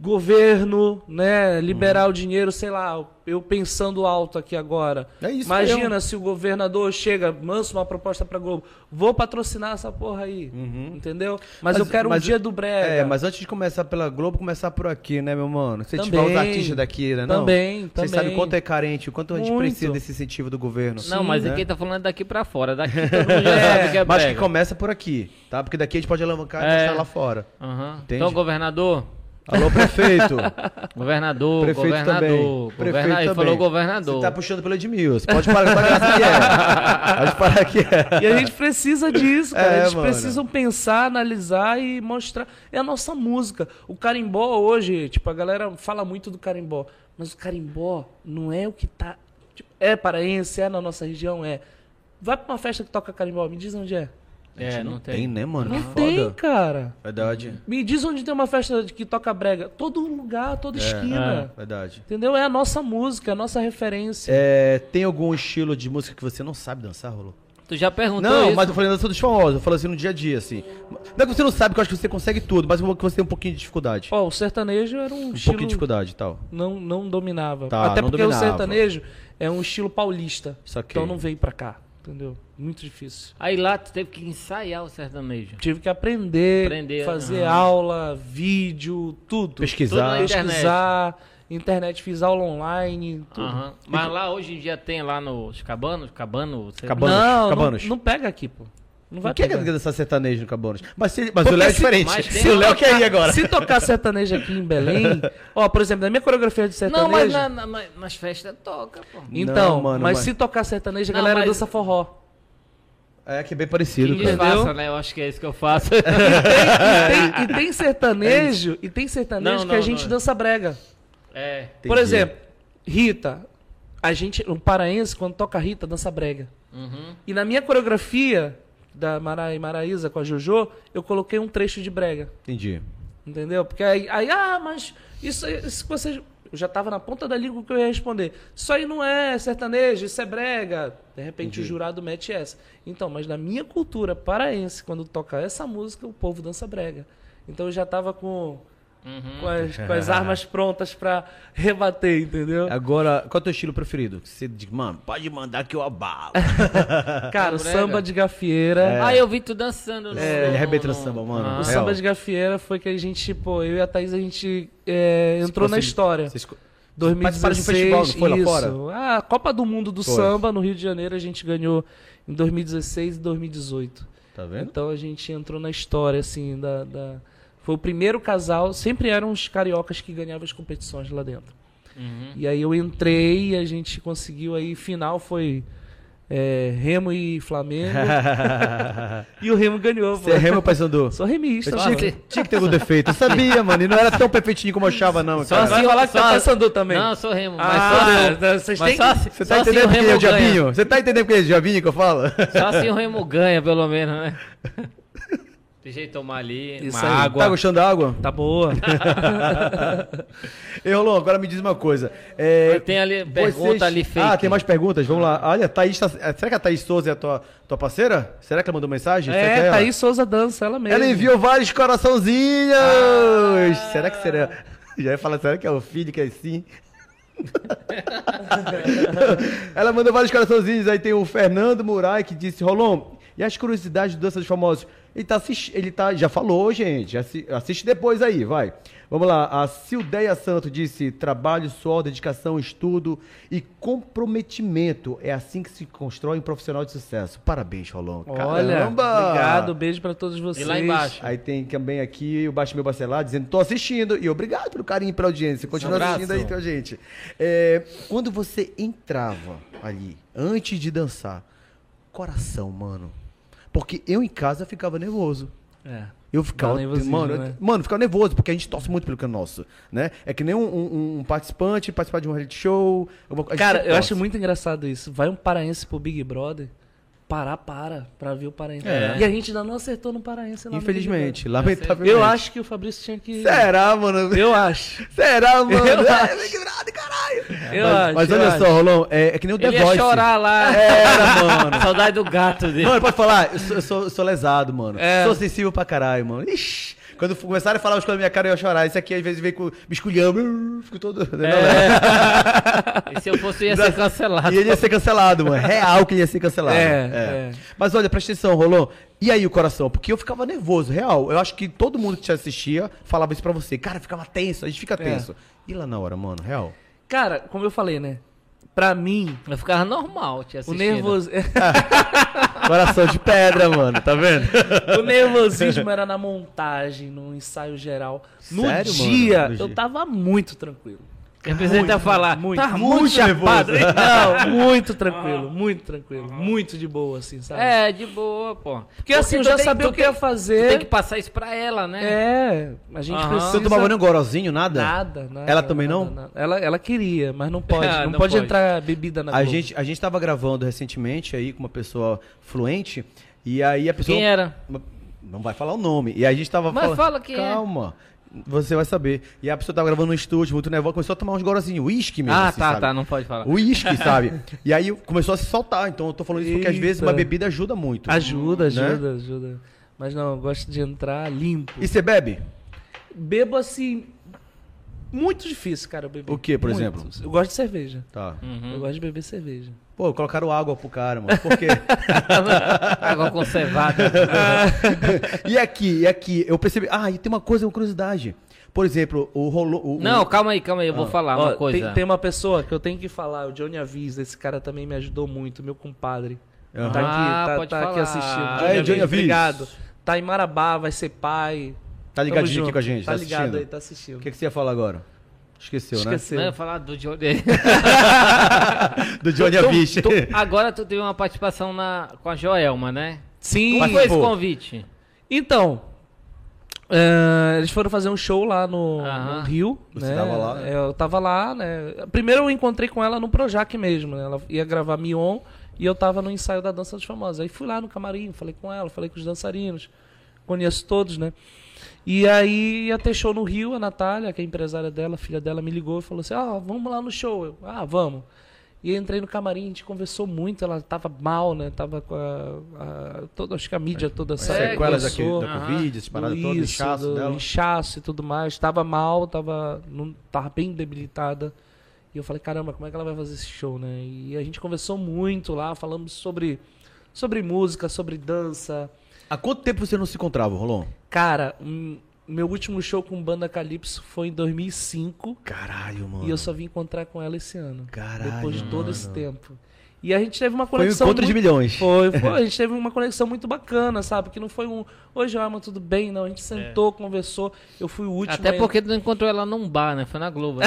governo, né? Liberar Uhum. o dinheiro, sei lá, eu pensando alto aqui agora. É isso Imagina mesmo. se o governador chega, mansa uma proposta pra Globo, vou patrocinar essa porra aí, entendeu? Mas, eu quero um dia do Brega. Uhum. É, mas antes de começar pela Globo, começar por aqui, né, meu mano? Incentivar Também. os artistas daqui, né? Não? Também, Vocês também. sabem o quanto é carente, o quanto a gente Muito. precisa desse incentivo do governo. Não, mas né? quem tá falando é daqui pra fora. Daqui todo mundo já sabe o que é Mas que brega. começa por aqui, tá? Porque daqui a gente pode alavancar e É. mostrar lá fora. Aham. Entende? Então, governador, Alô, prefeito. Governador, Prefeito governador. também. Prefeito Governador. Ele falou também. governador. Você tá puxando pelo Edmilson. Pode parar, pode parar que é. Pode parar que é. E a gente precisa disso, cara. É, Eles mano. precisam pensar, analisar e mostrar. É a nossa música. O carimbó hoje, tipo, a galera fala muito do carimbó. Mas o carimbó não é o que tá. tipo, é paraense, é na nossa região, é. Vai pra uma festa que toca carimbó, me diz onde é. É, não tem. Tem, né, mano? Não que tem, foda. cara. Verdade. Me diz onde tem uma festa que toca brega. Todo lugar, toda É, esquina. Verdade. Entendeu? É a nossa música, a nossa referência. É, tem algum estilo de música que você não sabe dançar, Rolô? Tu já perguntou Não, isso? mas eu falei dança dos famosos. Eu falo assim no dia a dia, assim. Não é que você não sabe, que eu acho que você consegue tudo, mas que você tem um pouquinho de dificuldade. Ó, o sertanejo era um, um estilo... pouquinho de dificuldade e tal. não, não dominava. Tá, Até não porque dominava. o sertanejo é um estilo paulista. Saquei. Então não veio pra cá, entendeu? Muito difícil. Aí lá tu teve que ensaiar o sertanejo. Tive que aprender, Aprender, fazer aham. aula, vídeo, tudo. Pesquisar. Tudo na internet. Pesquisar, internet, fiz aula online, tudo. Aham. Mas lá hoje em dia tem lá nos cabanos, cabano, sei lá. Cabanos, não, cabanos. é Não, não pega aqui, pô. Não vai Não quer pegar. dançar sertanejo no Cabanos. Mas, se- mas Porque o Léo é se- diferente. mas tem- Se o Léo quer ir agora. Se tocar sertanejo aqui em Belém, ó, por exemplo, na minha coreografia de é sertanejo. Não, mas na- na- na- nas festas toca, pô. Então, Não, mano, mas, mas- se tocar sertanejo, a Não, galera mas- dança forró. É que é bem Que parecido, cara. disfarça, né? Eu acho que é isso que eu faço. Ah, E tem, e tem sertanejo, e tem sertanejo Não, que a não, gente não. dança brega. é. Entendi. Por exemplo, Rita. A gente, um paraense, quando toca Rita, dança brega. Uhum. E na minha coreografia da Mara e Maraísa com a Jojo, eu coloquei um trecho de brega. Entendi. Entendeu? Porque aí, aí, ah, mas isso, isso que vocês. Eu já tava na ponta da língua que eu ia responder. Isso aí não é sertanejo, isso é brega. De repente o jurado mete essa. Então, mas na minha cultura paraense, quando toca essa música, o povo dança brega. Então eu já tava com, com, as, com as armas prontas pra rebater, entendeu? Agora, qual é o teu estilo preferido? Que Você diz, mano, pode mandar que eu abalo. Cara, o brega. samba de gafieira. Ah, eu vi tu dançando. no- É, ele no- arrebenta no no- samba, mano. Ah. O Real. samba de gafieira foi que a gente, pô, eu e a Thaís, a gente é, entrou na Vocês- história. vocês co- 2016, Participaram de um festival, não foi lá isso. fora? A Copa do Mundo do Foi. Samba no Rio de Janeiro a gente ganhou em 2016 e 2018. Tá vendo? Então a gente entrou na história, assim, da, da- Foi o primeiro casal, sempre eram os cariocas que ganhavam as competições lá dentro. Uhum. E aí eu entrei e a gente conseguiu aí, final foi é, Remo e Flamengo. e o Remo ganhou, pô. Você é remo, Paysandu? Sou remista, Eu mano. tinha, que- tinha que ter algum defeito. Eu sabia, mano. E não era tão perfeitinho como eu achava, não. Só cara. assim, falar que tá só- Paysandu também. Não, sou Remo. Mas Ah, só, não, vocês mas têm só que- se- Você só tá assim o entendendo quem é Remo o ganha. diabinho? Você tá entendendo quem é o diabinho que eu falo? Só assim o Remo ganha, pelo menos, né? De jeito de tomar ali, Isso uma aí. Tá água. gostando da água? Tá boa. Ei, Rolô, agora me diz uma coisa. É, Tem ali pergunta ali fake. Ah, tem mais perguntas? Vamos lá. Olha, Thaís tá... é, Será que a Thaís Souza é a tua, tua parceira? Será que ela mandou mensagem? Será que É, ela? Thaís Souza dança, ela mesma. Ela é enviou vários coraçãozinhos. Ah. Será que será? Já ia falar, será que é o filho que é assim? Ela mandou vários coraçãozinhos. Aí tem o Fernando Murai que disse: Rolon, e as curiosidades do Dança dos Famosos? Ele tá assistindo, ele tá, já falou, gente. Assi- Assiste depois aí, vai. Vamos lá. A Sildeia Santo disse: trabalho, suor, dedicação, estudo e comprometimento. É assim que se constrói um profissional de sucesso. Parabéns, Rolon. Olha, obrigado, beijo pra todos vocês. E lá embaixo. Aí tem também aqui o Baixo Meu Bacelar dizendo, tô assistindo. E obrigado pelo carinho e pela audiência. Continua Um abraço. assistindo aí com a gente. É, quando você entrava ali, antes de dançar, coração, mano. Porque eu em casa ficava nervoso. É. Eu ficava. Dá nervosismo, mano, né? eu, mano, ficava nervoso, porque a gente torce muito pelo que é nosso, né? É que nem um, um- um participante participar de um reality show. alguma coisa- a gente tá Cara, sempre eu torce. acho muito engraçado isso. Vai um paraense pro Big Brother, parar, para, pra ver o paraense. É. E a gente ainda não acertou no paraense lá no Big Infelizmente, Brother. lamentavelmente. Eu acho que o Fabrício tinha que... Será, mano? Eu acho. Será, mano? Eu É, Big Brother, caralho. Eu mas, acho, mas eu olha acho. só, Rolão, é, é que nem o The Ele ia Voice. chorar É, lá. Era, mano. Saudade do gato dele. Mano, pode falar, eu sou, eu sou- eu sou lesado, mano. É. Sou sensível pra caralho, mano. Ixi, quando f- começaram a falar as coisas na minha cara, eu ia chorar. Isso aqui às vezes vem com me esculhando, fico todo. né, É. É. E se eu fosse, ia ser cancelado. E ele ia ser cancelado, mano. Real que ele ia ser cancelado. É, é. Mas olha, presta atenção, Rolon. E aí o coração? Porque eu ficava nervoso, real. Eu acho que todo mundo que te assistia falava É. isso pra você. Cara, eu ficava tenso, a gente fica tenso. E lá na hora, mano, real. Cara, como eu falei, né? pra mim, Eu ficava normal te o, assistindo. nervos... Coração de pedra, mano, tá vendo? o nervosismo era na montagem, no ensaio geral. No Sério, mano? dia, No dia. eu tava muito tranquilo. Eu precisei até falar. muito, tá muito muito chapado. hein? nervoso. Não, muito tranquilo, muito tranquilo. Muito de boa, assim, sabe? Ah. É, de boa, pô. Porque assim, eu já sabia o que ia Tu fazer. tem que passar isso pra ela, né? É, a gente Aham. precisa... Você não tomava nem um gorozinho, nada? Nada, nada. Ela também nada, não? nada. Ela, ela queria, mas não pode. Ah, não, não pode, pode. entrar bebida na A Globo. gente, a gente tava gravando recentemente aí com uma pessoa fluente, e aí a pessoa. Quem era? Uma- Não vai falar o nome. E a gente tava Mas falando. fala quem é. Calma. Você vai saber. E a pessoa tava gravando no estúdio, muito nervosa, começou a tomar uns gorozinhos, uísque mesmo. Ah, assim, tá, sabe? tá, não pode falar. Uísque, sabe? E aí começou a se soltar. Então eu tô falando isso porque às vezes uma Eita. bebida ajuda muito. Ajuda, né? ajuda, ajuda. Mas não, eu gosto de entrar limpo. E você bebe? Bebo assim. Muito difícil, cara, eu beber. O quê, por Muito. exemplo? Eu gosto de cerveja. Tá. Hum. Uhum. Eu gosto de beber cerveja. Pô, colocaram água pro cara, mano. Por quê? Água conservada. e aqui, e aqui, eu percebi. Ah, e tem uma coisa, uma curiosidade. Por exemplo, o rolou. o- o- Não, calma aí, calma aí, eu vou Ah. falar Ó, uma coisa. Tem, tem uma pessoa que eu tenho que falar, o Johnny Avisa, esse cara também me ajudou muito, meu compadre. Aham. Tá Ah, aqui, tá, pode tá aqui falar. assistindo. Aí, Johnny Avis. Obrigado. Tá em Marabá, vai ser pai. Tá Tamo ligadinho aqui junto. com a gente, tá, Tá ligado assistindo? aí, tá assistindo. O que, né? que você ia falar agora? Esqueceu, Esqueceu. Não, eu ia falar do Johnny. né? Do Johnny um Tu- Avish. tu- agora tu teve uma participação na, com a Joelma, né? Sim. Como foi esse Participou. convite? Então, é, eles foram fazer um show lá no, Aham. no Rio. Você né? tava lá, né? Eu tava lá, né? Primeiro eu encontrei com ela no Projac mesmo, né? Ela ia gravar Mion e eu tava no ensaio da Dança dos Famosos. Aí fui lá no camarim, falei com ela, falei com os dançarinos. Conheço todos, né? E aí ia ter show no Rio, a Natália, que é a empresária dela, a filha dela, me ligou e falou assim, ah, vamos lá no show. Eu, ah, vamos. E eu entrei no camarim, a gente conversou muito, ela tava mal, né? Tava com a... a toda, acho que a mídia toda As É, sequelas aqui conversou. da aham. Covid, essa parada Do toda, isso, inchaço do dela. inchaço e tudo mais. Tava mal, tava, não, tava bem debilitada. E eu falei, caramba, como é que ela vai fazer esse show, né? E a gente conversou muito lá, falamos sobre, sobre música, sobre dança. Há quanto tempo você não se encontrava, Rolon? Cara, hum, meu último show com banda Calypso foi em 2005. Caralho, mano. E eu só vim encontrar com ela esse ano. Caralho, Depois de todo mano. esse tempo. E a gente teve uma Foi um conexão. encontro de muito- milhões. foi, foi. A gente teve uma conexão muito bacana, sabe? Que não foi um. Oi, Joelma, tudo bem? Não, a gente sentou, conversou. Eu fui o último. Até a- porque tu não encontrou ela num bar, né? Foi na Globo. Né?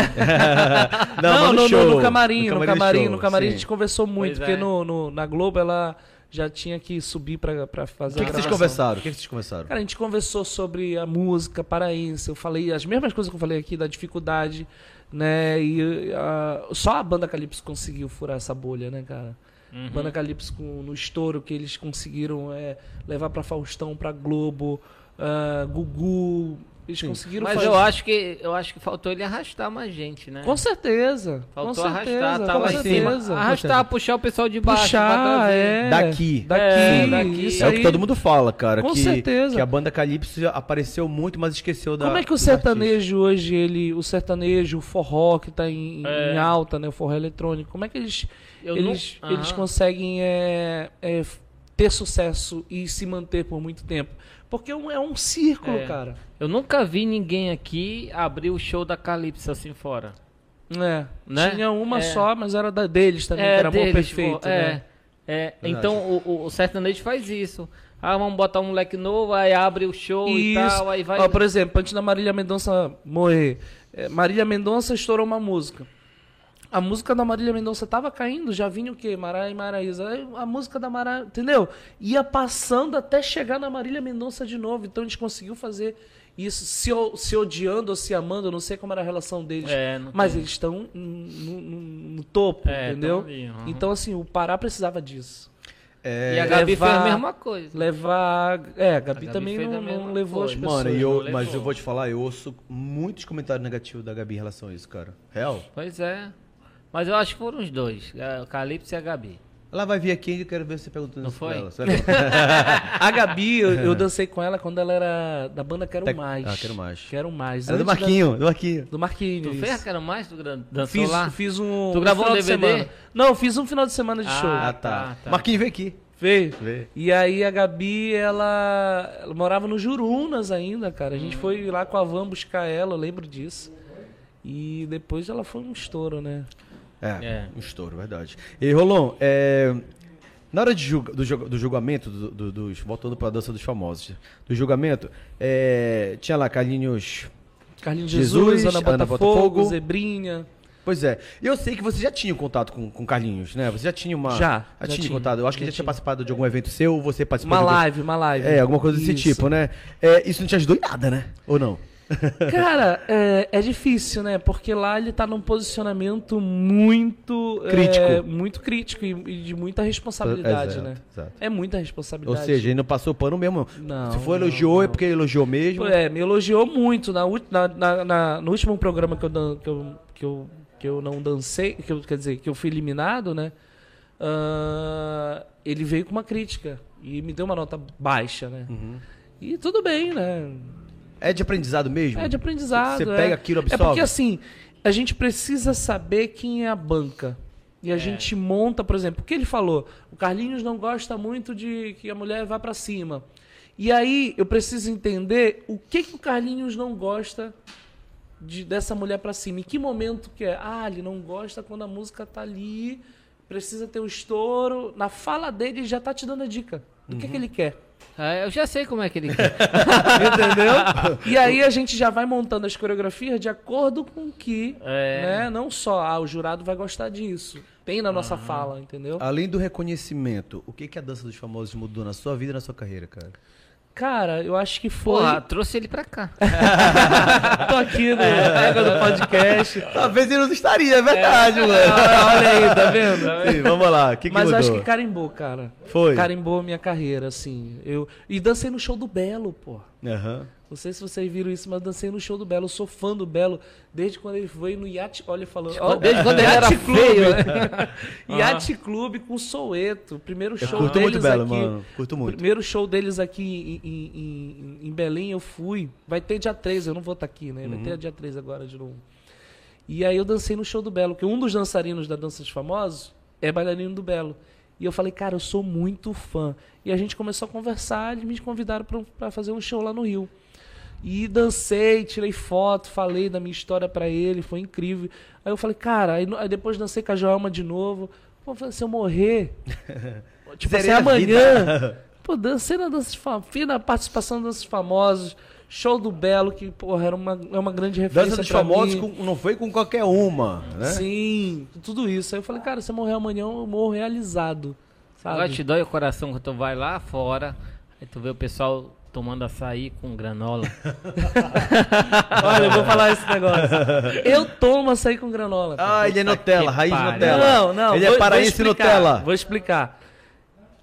mas Não, no, no- show, no camarim, no do camarim, show, no camarim a sim. gente conversou muito. Pois porque é. no, no- na Globo ela já tinha que subir pra, pra O fazer que, a que vocês gravação. conversaram? O que, que vocês conversaram? É Cara, a gente conversou sobre a música paraense. Eu falei as mesmas coisas que eu falei aqui da dificuldade, né? E ah, só a banda Calypso conseguiu furar essa bolha, né, cara? Uhum. Banda Calypso com, no estouro que eles conseguiram é, levar pra Faustão, pra Globo, ah, Gugu. Eles conseguiram Mas fazer. eu acho que eu acho que faltou ele arrastar mais gente, né? Com certeza. Faltou com certeza, arrastar, tá com lá em cima. certeza. Arrastar, puxar o pessoal de baixo. pra Puxar, trazer. é. Daqui. É, Daqui. daqui. Isso É o aí. que todo mundo fala, cara. Com que, certeza. que a banda Calypso apareceu muito, mas esqueceu da. Como é que o dos sertanejo hoje, ele, o sertanejo, o forró que tá em, em alta, né, o forró eletrônico, como é que eles É. Eu eles, não- Ah. Aham. eles conseguem é, é, f- ter sucesso e se manter por muito tempo? Porque é um, é um círculo, É. cara. Eu nunca vi ninguém aqui abrir o show da Calypso assim fora. É, Né? Tinha uma É. só, mas era da, É, deles também, que era amor deles, perfeito, pô, né? É, é. Verdade. Então o, o- o sertanejo faz isso. Ah, vamos botar um moleque novo, aí abre o show e Isso. tal, aí vai. Ó, por exemplo, antes da Marília Mendonça morrer, eh, Marília Mendonça estourou uma música. A música da Marília Mendonça tava caindo, já vinha o quê? Mara e Maraísa. Aí A música da Mara, entendeu? Ia passando até chegar na Marília Mendonça de novo. Então a gente conseguiu fazer isso, se, o- se odiando ou se amando, eu não sei como era a relação deles. É, não mas tem. eles estão no, no- no topo, É, entendeu? tão ali, aham. Então, assim, o Pará precisava disso. É, E a Gabi levar- fez a mesma coisa. Levar. É, a Gabi, Gabi também fez a não, não mesma levou as coisa. pessoas. Mano, e não eu, levou. mas eu vou te falar, eu ouço muitos comentários negativos da Gabi em relação a isso, cara. Real. Pois é. Mas eu acho que foram os dois, a- o Calypso e a Gabi. Ela vai vir aqui e eu quero ver você perguntando Não isso foi? pra ela. Será que- A Gabi, eu, eu dancei com ela quando ela era da banda Quero Tec- Mais. Ah, Quero Mais. Quero Mais. Era É do Antes da- Marquinho, do Marquinho. Do Marquinhos. Tu fez a cara mais do grande dançou fiz, lá? fiz um. Tu gravou um final um de DVD? semana. Não, fiz um final de semana de Ah, show. Ah, tá. tá, tá. Marquinho, vem aqui. Fez. Vê. E aí a Gabi, ela, ela morava no Jurunas ainda, cara. A Hum. gente foi lá com a van buscar ela, eu lembro disso. E depois ela foi um estouro, né? É, É. um estouro, verdade. E Rolon, é, na hora de julga- do, julga- do julgamento, do- do- dos, voltando para a dança dos famosos, do julgamento, é, tinha lá Carlinhos. Carlinhos Jesus, Jesus, Ana Ana, Botafogo, Botafogo. Zebrinha. Pois é, e eu sei que você já tinha contato com, com Carlinhos, né? Você já tinha uma. Já, já tinha tinha, contato. Eu acho que já já tinha tinha. participado de algum evento seu, ou você participou Uma de algum- live, uma live. É, alguma coisa desse Isso. tipo, né? É, isso não te ajudou em nada, né? Ou não? Cara, é, é difícil, né? Porque lá ele tá num posicionamento muito é, Crítico. muito crítico e, e de muita responsabilidade, Exato, né? exato. É muita Ou responsabilidade. seja, ele não passou pano mesmo. Não, Se for não, elogiou, é não. porque elogiou mesmo. É, me elogiou muito na, ult- na- na- na- no último programa que eu, dan- que eu, que eu, que eu não dancei, que eu, quer dizer, que eu fui eliminado, né? Ah, ele veio com uma crítica e me deu uma nota baixa, né? Uhum. E tudo bem, né? É de aprendizado mesmo? É de aprendizado. Você é. pega aquilo, absorve. É porque assim, a gente precisa saber quem é a banca. E É. a gente monta, por exemplo, o que ele falou? O Carlinhos não gosta muito de que a mulher vá pra cima. E aí eu preciso entender o que, que o Carlinhos não gosta de- dessa mulher pra cima. Em que momento que é? Ah, ele não gosta quando a música tá ali, precisa ter o estouro. Na fala dele ele já tá te dando a dica do Uhum. que, que ele quer. Ah, eu já sei como é que ele quer. Entendeu? E aí a gente já vai montando as coreografias de acordo com que, É. né, não só ah, o jurado vai gostar disso. Tem na Ah. nossa fala, entendeu? Além do reconhecimento, o que, que a dança dos famosos mudou na sua vida e na sua carreira, cara? Cara, eu acho que foi. Porra, trouxe ele pra cá. Tô aqui no É. Pega do podcast. Talvez ele não estaria, é verdade, mano. Olha aí, tá vendo? Sim, vamos lá, o que, que Mas mudou? eu acho que carimbou, cara. Foi. Carimbou a minha carreira, assim. Eu... E dancei no show do Belo, pô. Aham. Não sei se vocês viram isso, mas eu dancei no show do Belo. Eu sou fã do Belo desde quando ele foi no Yacht. Olha, falando. ó, Desde quando ele era Yacht feio, né? Yacht Clube com Soweto. Primeiro show curto deles muito Belo, aqui. mano. Curto muito. Primeiro show deles aqui em, em- em- em Belém, eu fui. Vai ter dia 13, eu não vou estar aqui, né? Uhum. Vai ter dia 13 agora de novo. E aí eu dancei no show do Belo, que um dos dançarinos da Dança dos Famosos é bailarino do Belo. E eu falei, cara, eu sou muito fã. E a gente começou a conversar, eles me convidaram pra- pra fazer um show lá no Rio. E dancei, tirei foto, falei da minha história pra ele, foi incrível. Aí eu falei, cara, aí, no- aí depois dancei com a Joelma de novo. Pô, falei, se eu morrer, tipo assim, Zerei a amanhã. vida. Pô, dancei na dança de famosos, fiz na participação dos danças famosos, show do Belo, que, porra, era uma, é uma grande referência. Dança dos pra famosos mim. com- não foi com qualquer uma, né? Sim, tudo isso. Aí eu falei, cara, se eu morrer amanhã, eu morro realizado. Sabe? Agora te dói o coração quando tu vai lá fora, aí tu vê o pessoal tomando açaí com granola. Olha, eu vou falar esse negócio. Eu tomo açaí com granola. cara. Ah, ele é Puta Nutella, que raiz pariu. Nutella. Não, não. Ele vou- é vou paraense explicar, Nutella. Vou explicar.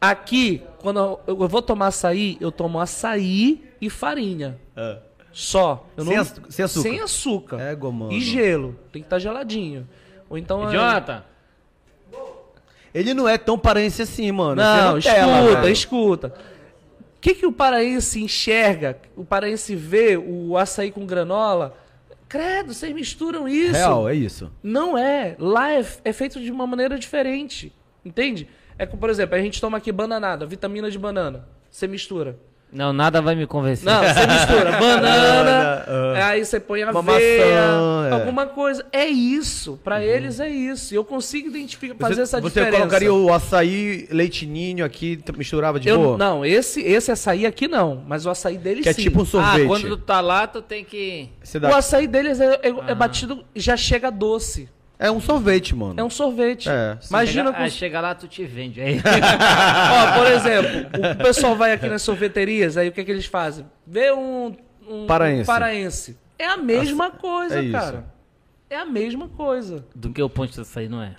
Aqui, quando eu, eu vou tomar açaí, eu tomo açaí e farinha. Ah. Só. Eu Sem aç- sem açúcar. Sem açúcar. É, gomano. E gelo. Tem que estar geladinho. Ou então... é- Idiota! Ele não é tão paraense assim, mano. Não, Isso é Nutella, escuta, velho. escuta. O que, que o paraense enxerga? O paraense vê o açaí com granola? Credo, vocês misturam isso. Real, é isso. Não é. Lá é, é feito de uma maneira diferente. Entende? É como, por exemplo, a gente toma aqui bananada, vitamina de banana. Você mistura. Não, nada vai me convencer. Não, você mistura banana, Banana, ah. aí você põe Uma a maçã, maçã, é. Uhum. alguma coisa. É isso. Pra eles é isso. E eu consigo identificar, fazer você, essa você diferença. colocaria o açaí, leitinho aqui, t- misturava de Eu- boa? não, esse, esse açaí aqui não, mas o açaí deles Que é sim. tipo um ah, sorvete. quando tu tá lá, tu tem que. Você O dá- açaí deles é, é- é batido, já chega doce. É um sorvete, mano. É um sorvete. É, sim. Imagina chega, com Aí chega lá, tu te vende. Aí. Ó, por exemplo, o pessoal vai aqui nas sorveterias, aí o que, que eles fazem? Vê um, um- Paraense. um paraense. É a mesma coisa, é isso. cara. É a mesma coisa. Do que o ponto de açaí não é.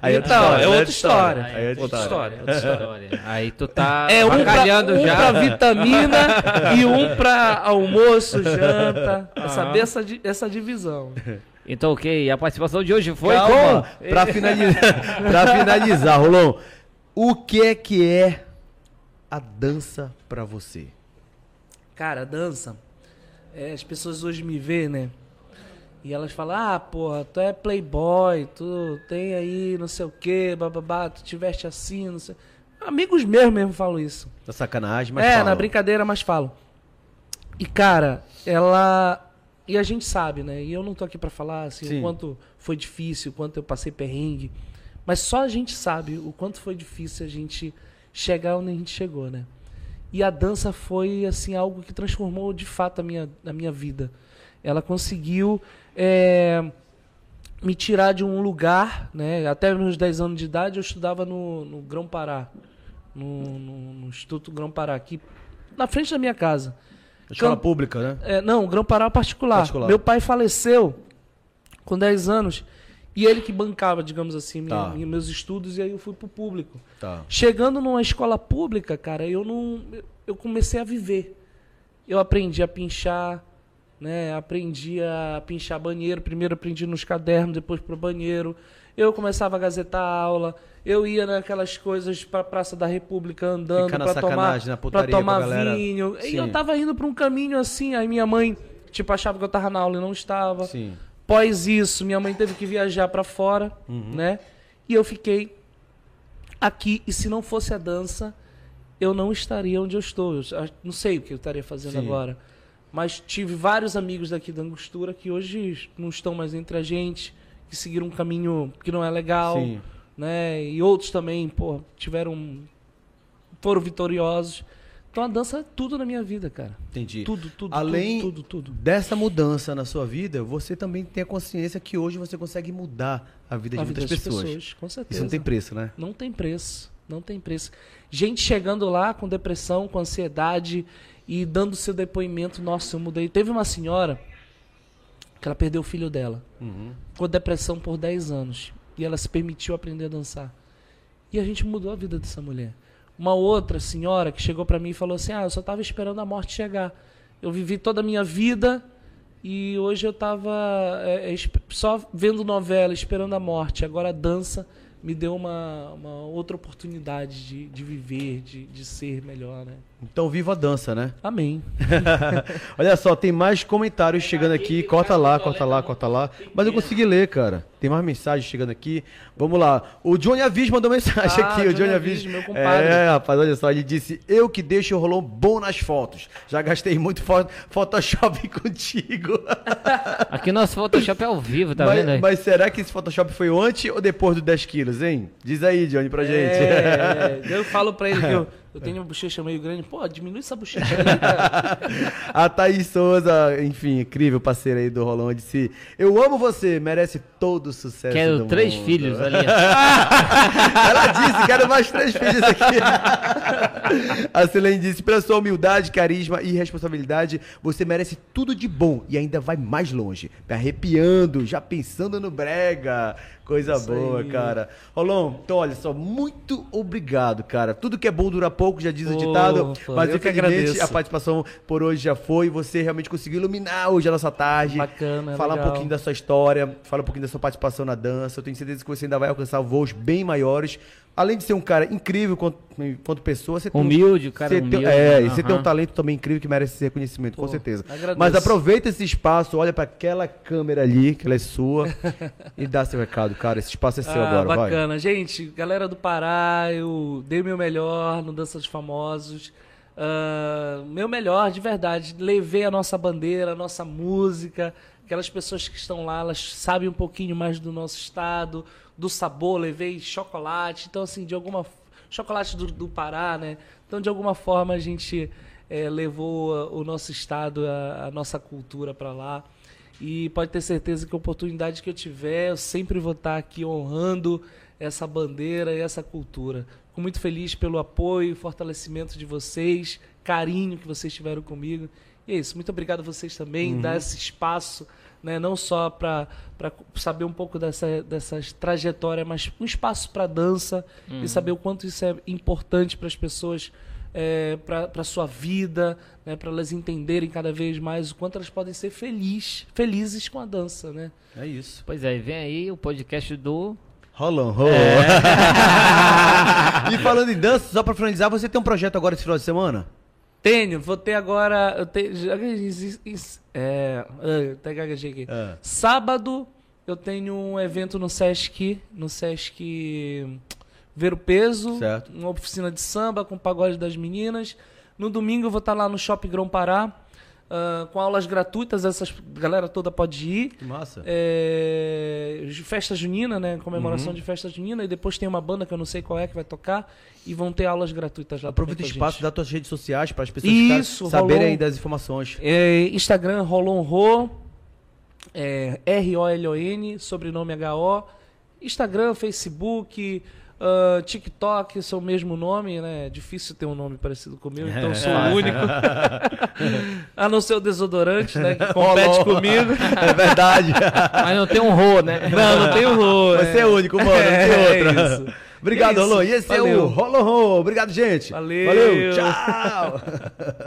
Aí então, é né? outra história. Aí é outra Outra história. história. Outra história. Aí tu tá É um pra, bacalhando um já. pra vitamina e um pra almoço, janta. É saber essa, di- essa divisão. Então, ok. A participação de hoje foi Calma, com. pra finalizar, pra finalizar, Rolão, o que é que é a dança pra você? Cara, dança. é, as pessoas hoje me veem, né? E elas falam, ah, porra, tu é playboy, tu tem aí não sei o que, bababá, tu te veste assim, não sei. Amigos meus mesmo falam isso. Na Tá sacanagem, mas é, fala. na brincadeira, mas falam. E, cara, ela E a gente sabe, né? E eu não tô aqui para falar assim, Sim. o quanto foi difícil, o quanto eu passei perrengue. Mas só a gente sabe o quanto foi difícil a gente chegar onde a gente chegou, né? E a dança foi, assim, algo que transformou de fato a minha, a minha vida. Ela conseguiu é, me tirar de um lugar, né? Até meus 10 anos de idade eu estudava no, no Grão Pará, no, no- no Instituto Grão Pará, aqui na frente da minha casa. É Escola Campo- pública, né? é, não, Grão Pará particular. Particular. Meu pai faleceu com 10 anos e ele que bancava, digamos assim, minha- Tá. minha- meus estudos e aí eu fui pro público. Tá. Chegando numa escola pública, cara, eu não eu- eu comecei a viver. Eu aprendi a pinchar, né? Aprendi a pinchar banheiro, primeiro aprendi nos cadernos, depois pro banheiro. Eu começava a gazetar a aula. Eu ia naquelas coisas pra Praça da República andando Ficar na pra tomar, sacanagem, na pra putaria com a tomar galera. vinho. E eu Sim. tava indo pra um caminho assim, aí minha mãe tipo achava que eu tava na aula e não estava. Sim. Após isso, minha mãe teve que viajar pra fora, Uhum. né? E eu fiquei aqui. E se não fosse a dança, eu não estaria onde eu estou. Eu já- não sei o que eu estaria fazendo Sim. agora. Mas tive vários amigos daqui da Angostura que hoje não estão mais entre a gente, que seguiram um caminho que não é legal, Sim. né? E outros também, pô, tiveram foram vitoriosos. Então a dança é tudo na minha vida, cara. Entendi. Tudo, tudo, Além tudo, tudo, tudo. dessa mudança na sua vida, você também tem a consciência que hoje você consegue mudar a vida de A vida muitas das pessoas. com certeza. Isso não tem preço, né? Não tem preço. Não tem preço. Gente chegando lá com depressão, com ansiedade e dando seu depoimento. Nossa, eu mudei. Teve uma senhora que ela perdeu o filho dela. Ficou depressão por 10 anos. E ela se permitiu aprender a dançar. E a gente mudou a vida dessa mulher. Uma outra senhora que chegou pra mim e falou assim: Ah, eu só tava esperando a morte chegar. Eu vivi toda a minha vida e hoje eu tava é, é, esp- só vendo novela, esperando a morte. Agora a dança me deu uma, uma outra oportunidade de, de viver, de, de ser melhor, né? Então viva a dança, né? Amém. Olha só, tem mais comentários chegando aqui. Corta lá, corta lá, corta lá. Mas eu consegui ler, cara. Tem mais mensagens chegando aqui. Vamos lá. O Johnny Avis mandou mensagem Ah, aqui. O Johnny Johnny Avis. Avis, meu compadre. É, rapaz, olha só. Ele disse: Eu que deixo o rolão bom nas fotos. Já gastei muito fo- Photoshop contigo. Aqui nosso Photoshop é ao vivo, tá vendo mas, aí? mas será que esse Photoshop foi antes ou depois do 10 quilos, hein? Diz aí, Johnny, É. pra gente. É, eu falo pra ele que eu, eu tenho uma bochecha meio grande. Pô, diminui essa bochecha aí, cara. A Thaís Souza, enfim, incrível parceira aí do Rolão, disse: Eu amo você, merece todo o sucesso. Quero do três mundo." filhos ali. ó. Ela disse, quero mais três filhos aqui. A Silene disse, pela sua humildade, carisma e responsabilidade, você merece tudo de bom e ainda vai mais longe. Me arrepiando, já pensando no brega. Coisa boa, cara. Rolon, então olha só, muito obrigado, cara. Tudo que é bom dura pouco, já diz o Pô, ditado. pô, mas eu que infelizmente agradeço. a participação por hoje já foi. Você realmente conseguiu iluminar hoje a nossa tarde. Bacana, Falar um legal. pouquinho da sua história, fala um pouquinho da sua participação na dança. Eu tenho certeza que você ainda vai alcançar voos bem maiores. Além de ser um cara incrível quanto, quanto pessoa, você tem um- Humilde, cara você tem- humilde. é, e você tem um aham. talento também incrível que merece esse reconhecimento, com certeza. né? agradeço. Mas aproveita esse espaço, olha pra aquela câmera ali, que ela é sua, e dá seu recado, cara. Esse espaço é seu Ah, agora, vai. bacana. Gente, galera do Pará, eu dei meu melhor no Dança dos Famosos. Ah, meu melhor, de verdade. Levei a nossa bandeira, a nossa música. Aquelas pessoas que estão lá, elas sabem um pouquinho mais do nosso estado, do sabor. Levei chocolate. Então, assim, de alguma... Chocolate do, do Pará, né? Então, de alguma forma, a gente eh, levou ah, o nosso estado, a, a nossa cultura para lá. E pode ter certeza que a oportunidade que eu tiver, eu sempre vou estar aqui honrando essa bandeira e essa cultura. Fico muito feliz pelo apoio e fortalecimento de vocês, carinho que vocês tiveram comigo. E é isso, muito obrigado a vocês também, dar esse espaço, né, não só para saber um pouco dessa, dessa trajetória, mas um espaço para dança e saber o quanto isso é importante para as pessoas é, para sua vida, né, para elas entenderem cada vez mais o quanto elas podem ser feliz, felizes com a dança, né? É isso. Pois é, vem aí o podcast do. Rolão, rolão. É. e falando em dança, só pra finalizar, você tem um projeto agora esse final de semana? Tenho, vou ter agora, eu tenho, já- is- is- é, ah, até gaguejei aqui. Ah. Sábado eu tenho um evento no Sesc, no Sesc Ver o Peso, Certo. uma tá oficina de samba com o pagode das meninas. No domingo eu vou estar lá no Shopping Grão Pará. ah, com aulas gratuitas, essas galera toda pode ir. Que massa. É, ju- festa junina, né? Comemoração Uhum. de festa junina. E depois tem uma banda que eu não sei qual é que vai tocar. E vão ter aulas gratuitas lá Aproveita o também com a espaço gente. das tuas redes sociais para as pessoas Isso, ficarem- saberem rolou aí das informações. É, Instagram, Rolonro, é, R-O-L-O-N, sobrenome H-O. Instagram, Facebook, ah, TikTok, são o mesmo nome, né? É Difícil ter um nome parecido com o meu, então sou É. o único. A não ser o desodorante, né? Que compete comigo. É verdade. Mas não tem um rô, né? Não, não tem o Rô. Você é único, mano. Não tem É, outra. é isso. Obrigado, É isso. Rolô. E esse é o Valeu. Rolô. Obrigado, gente. Valeu. Valeu. Tchau.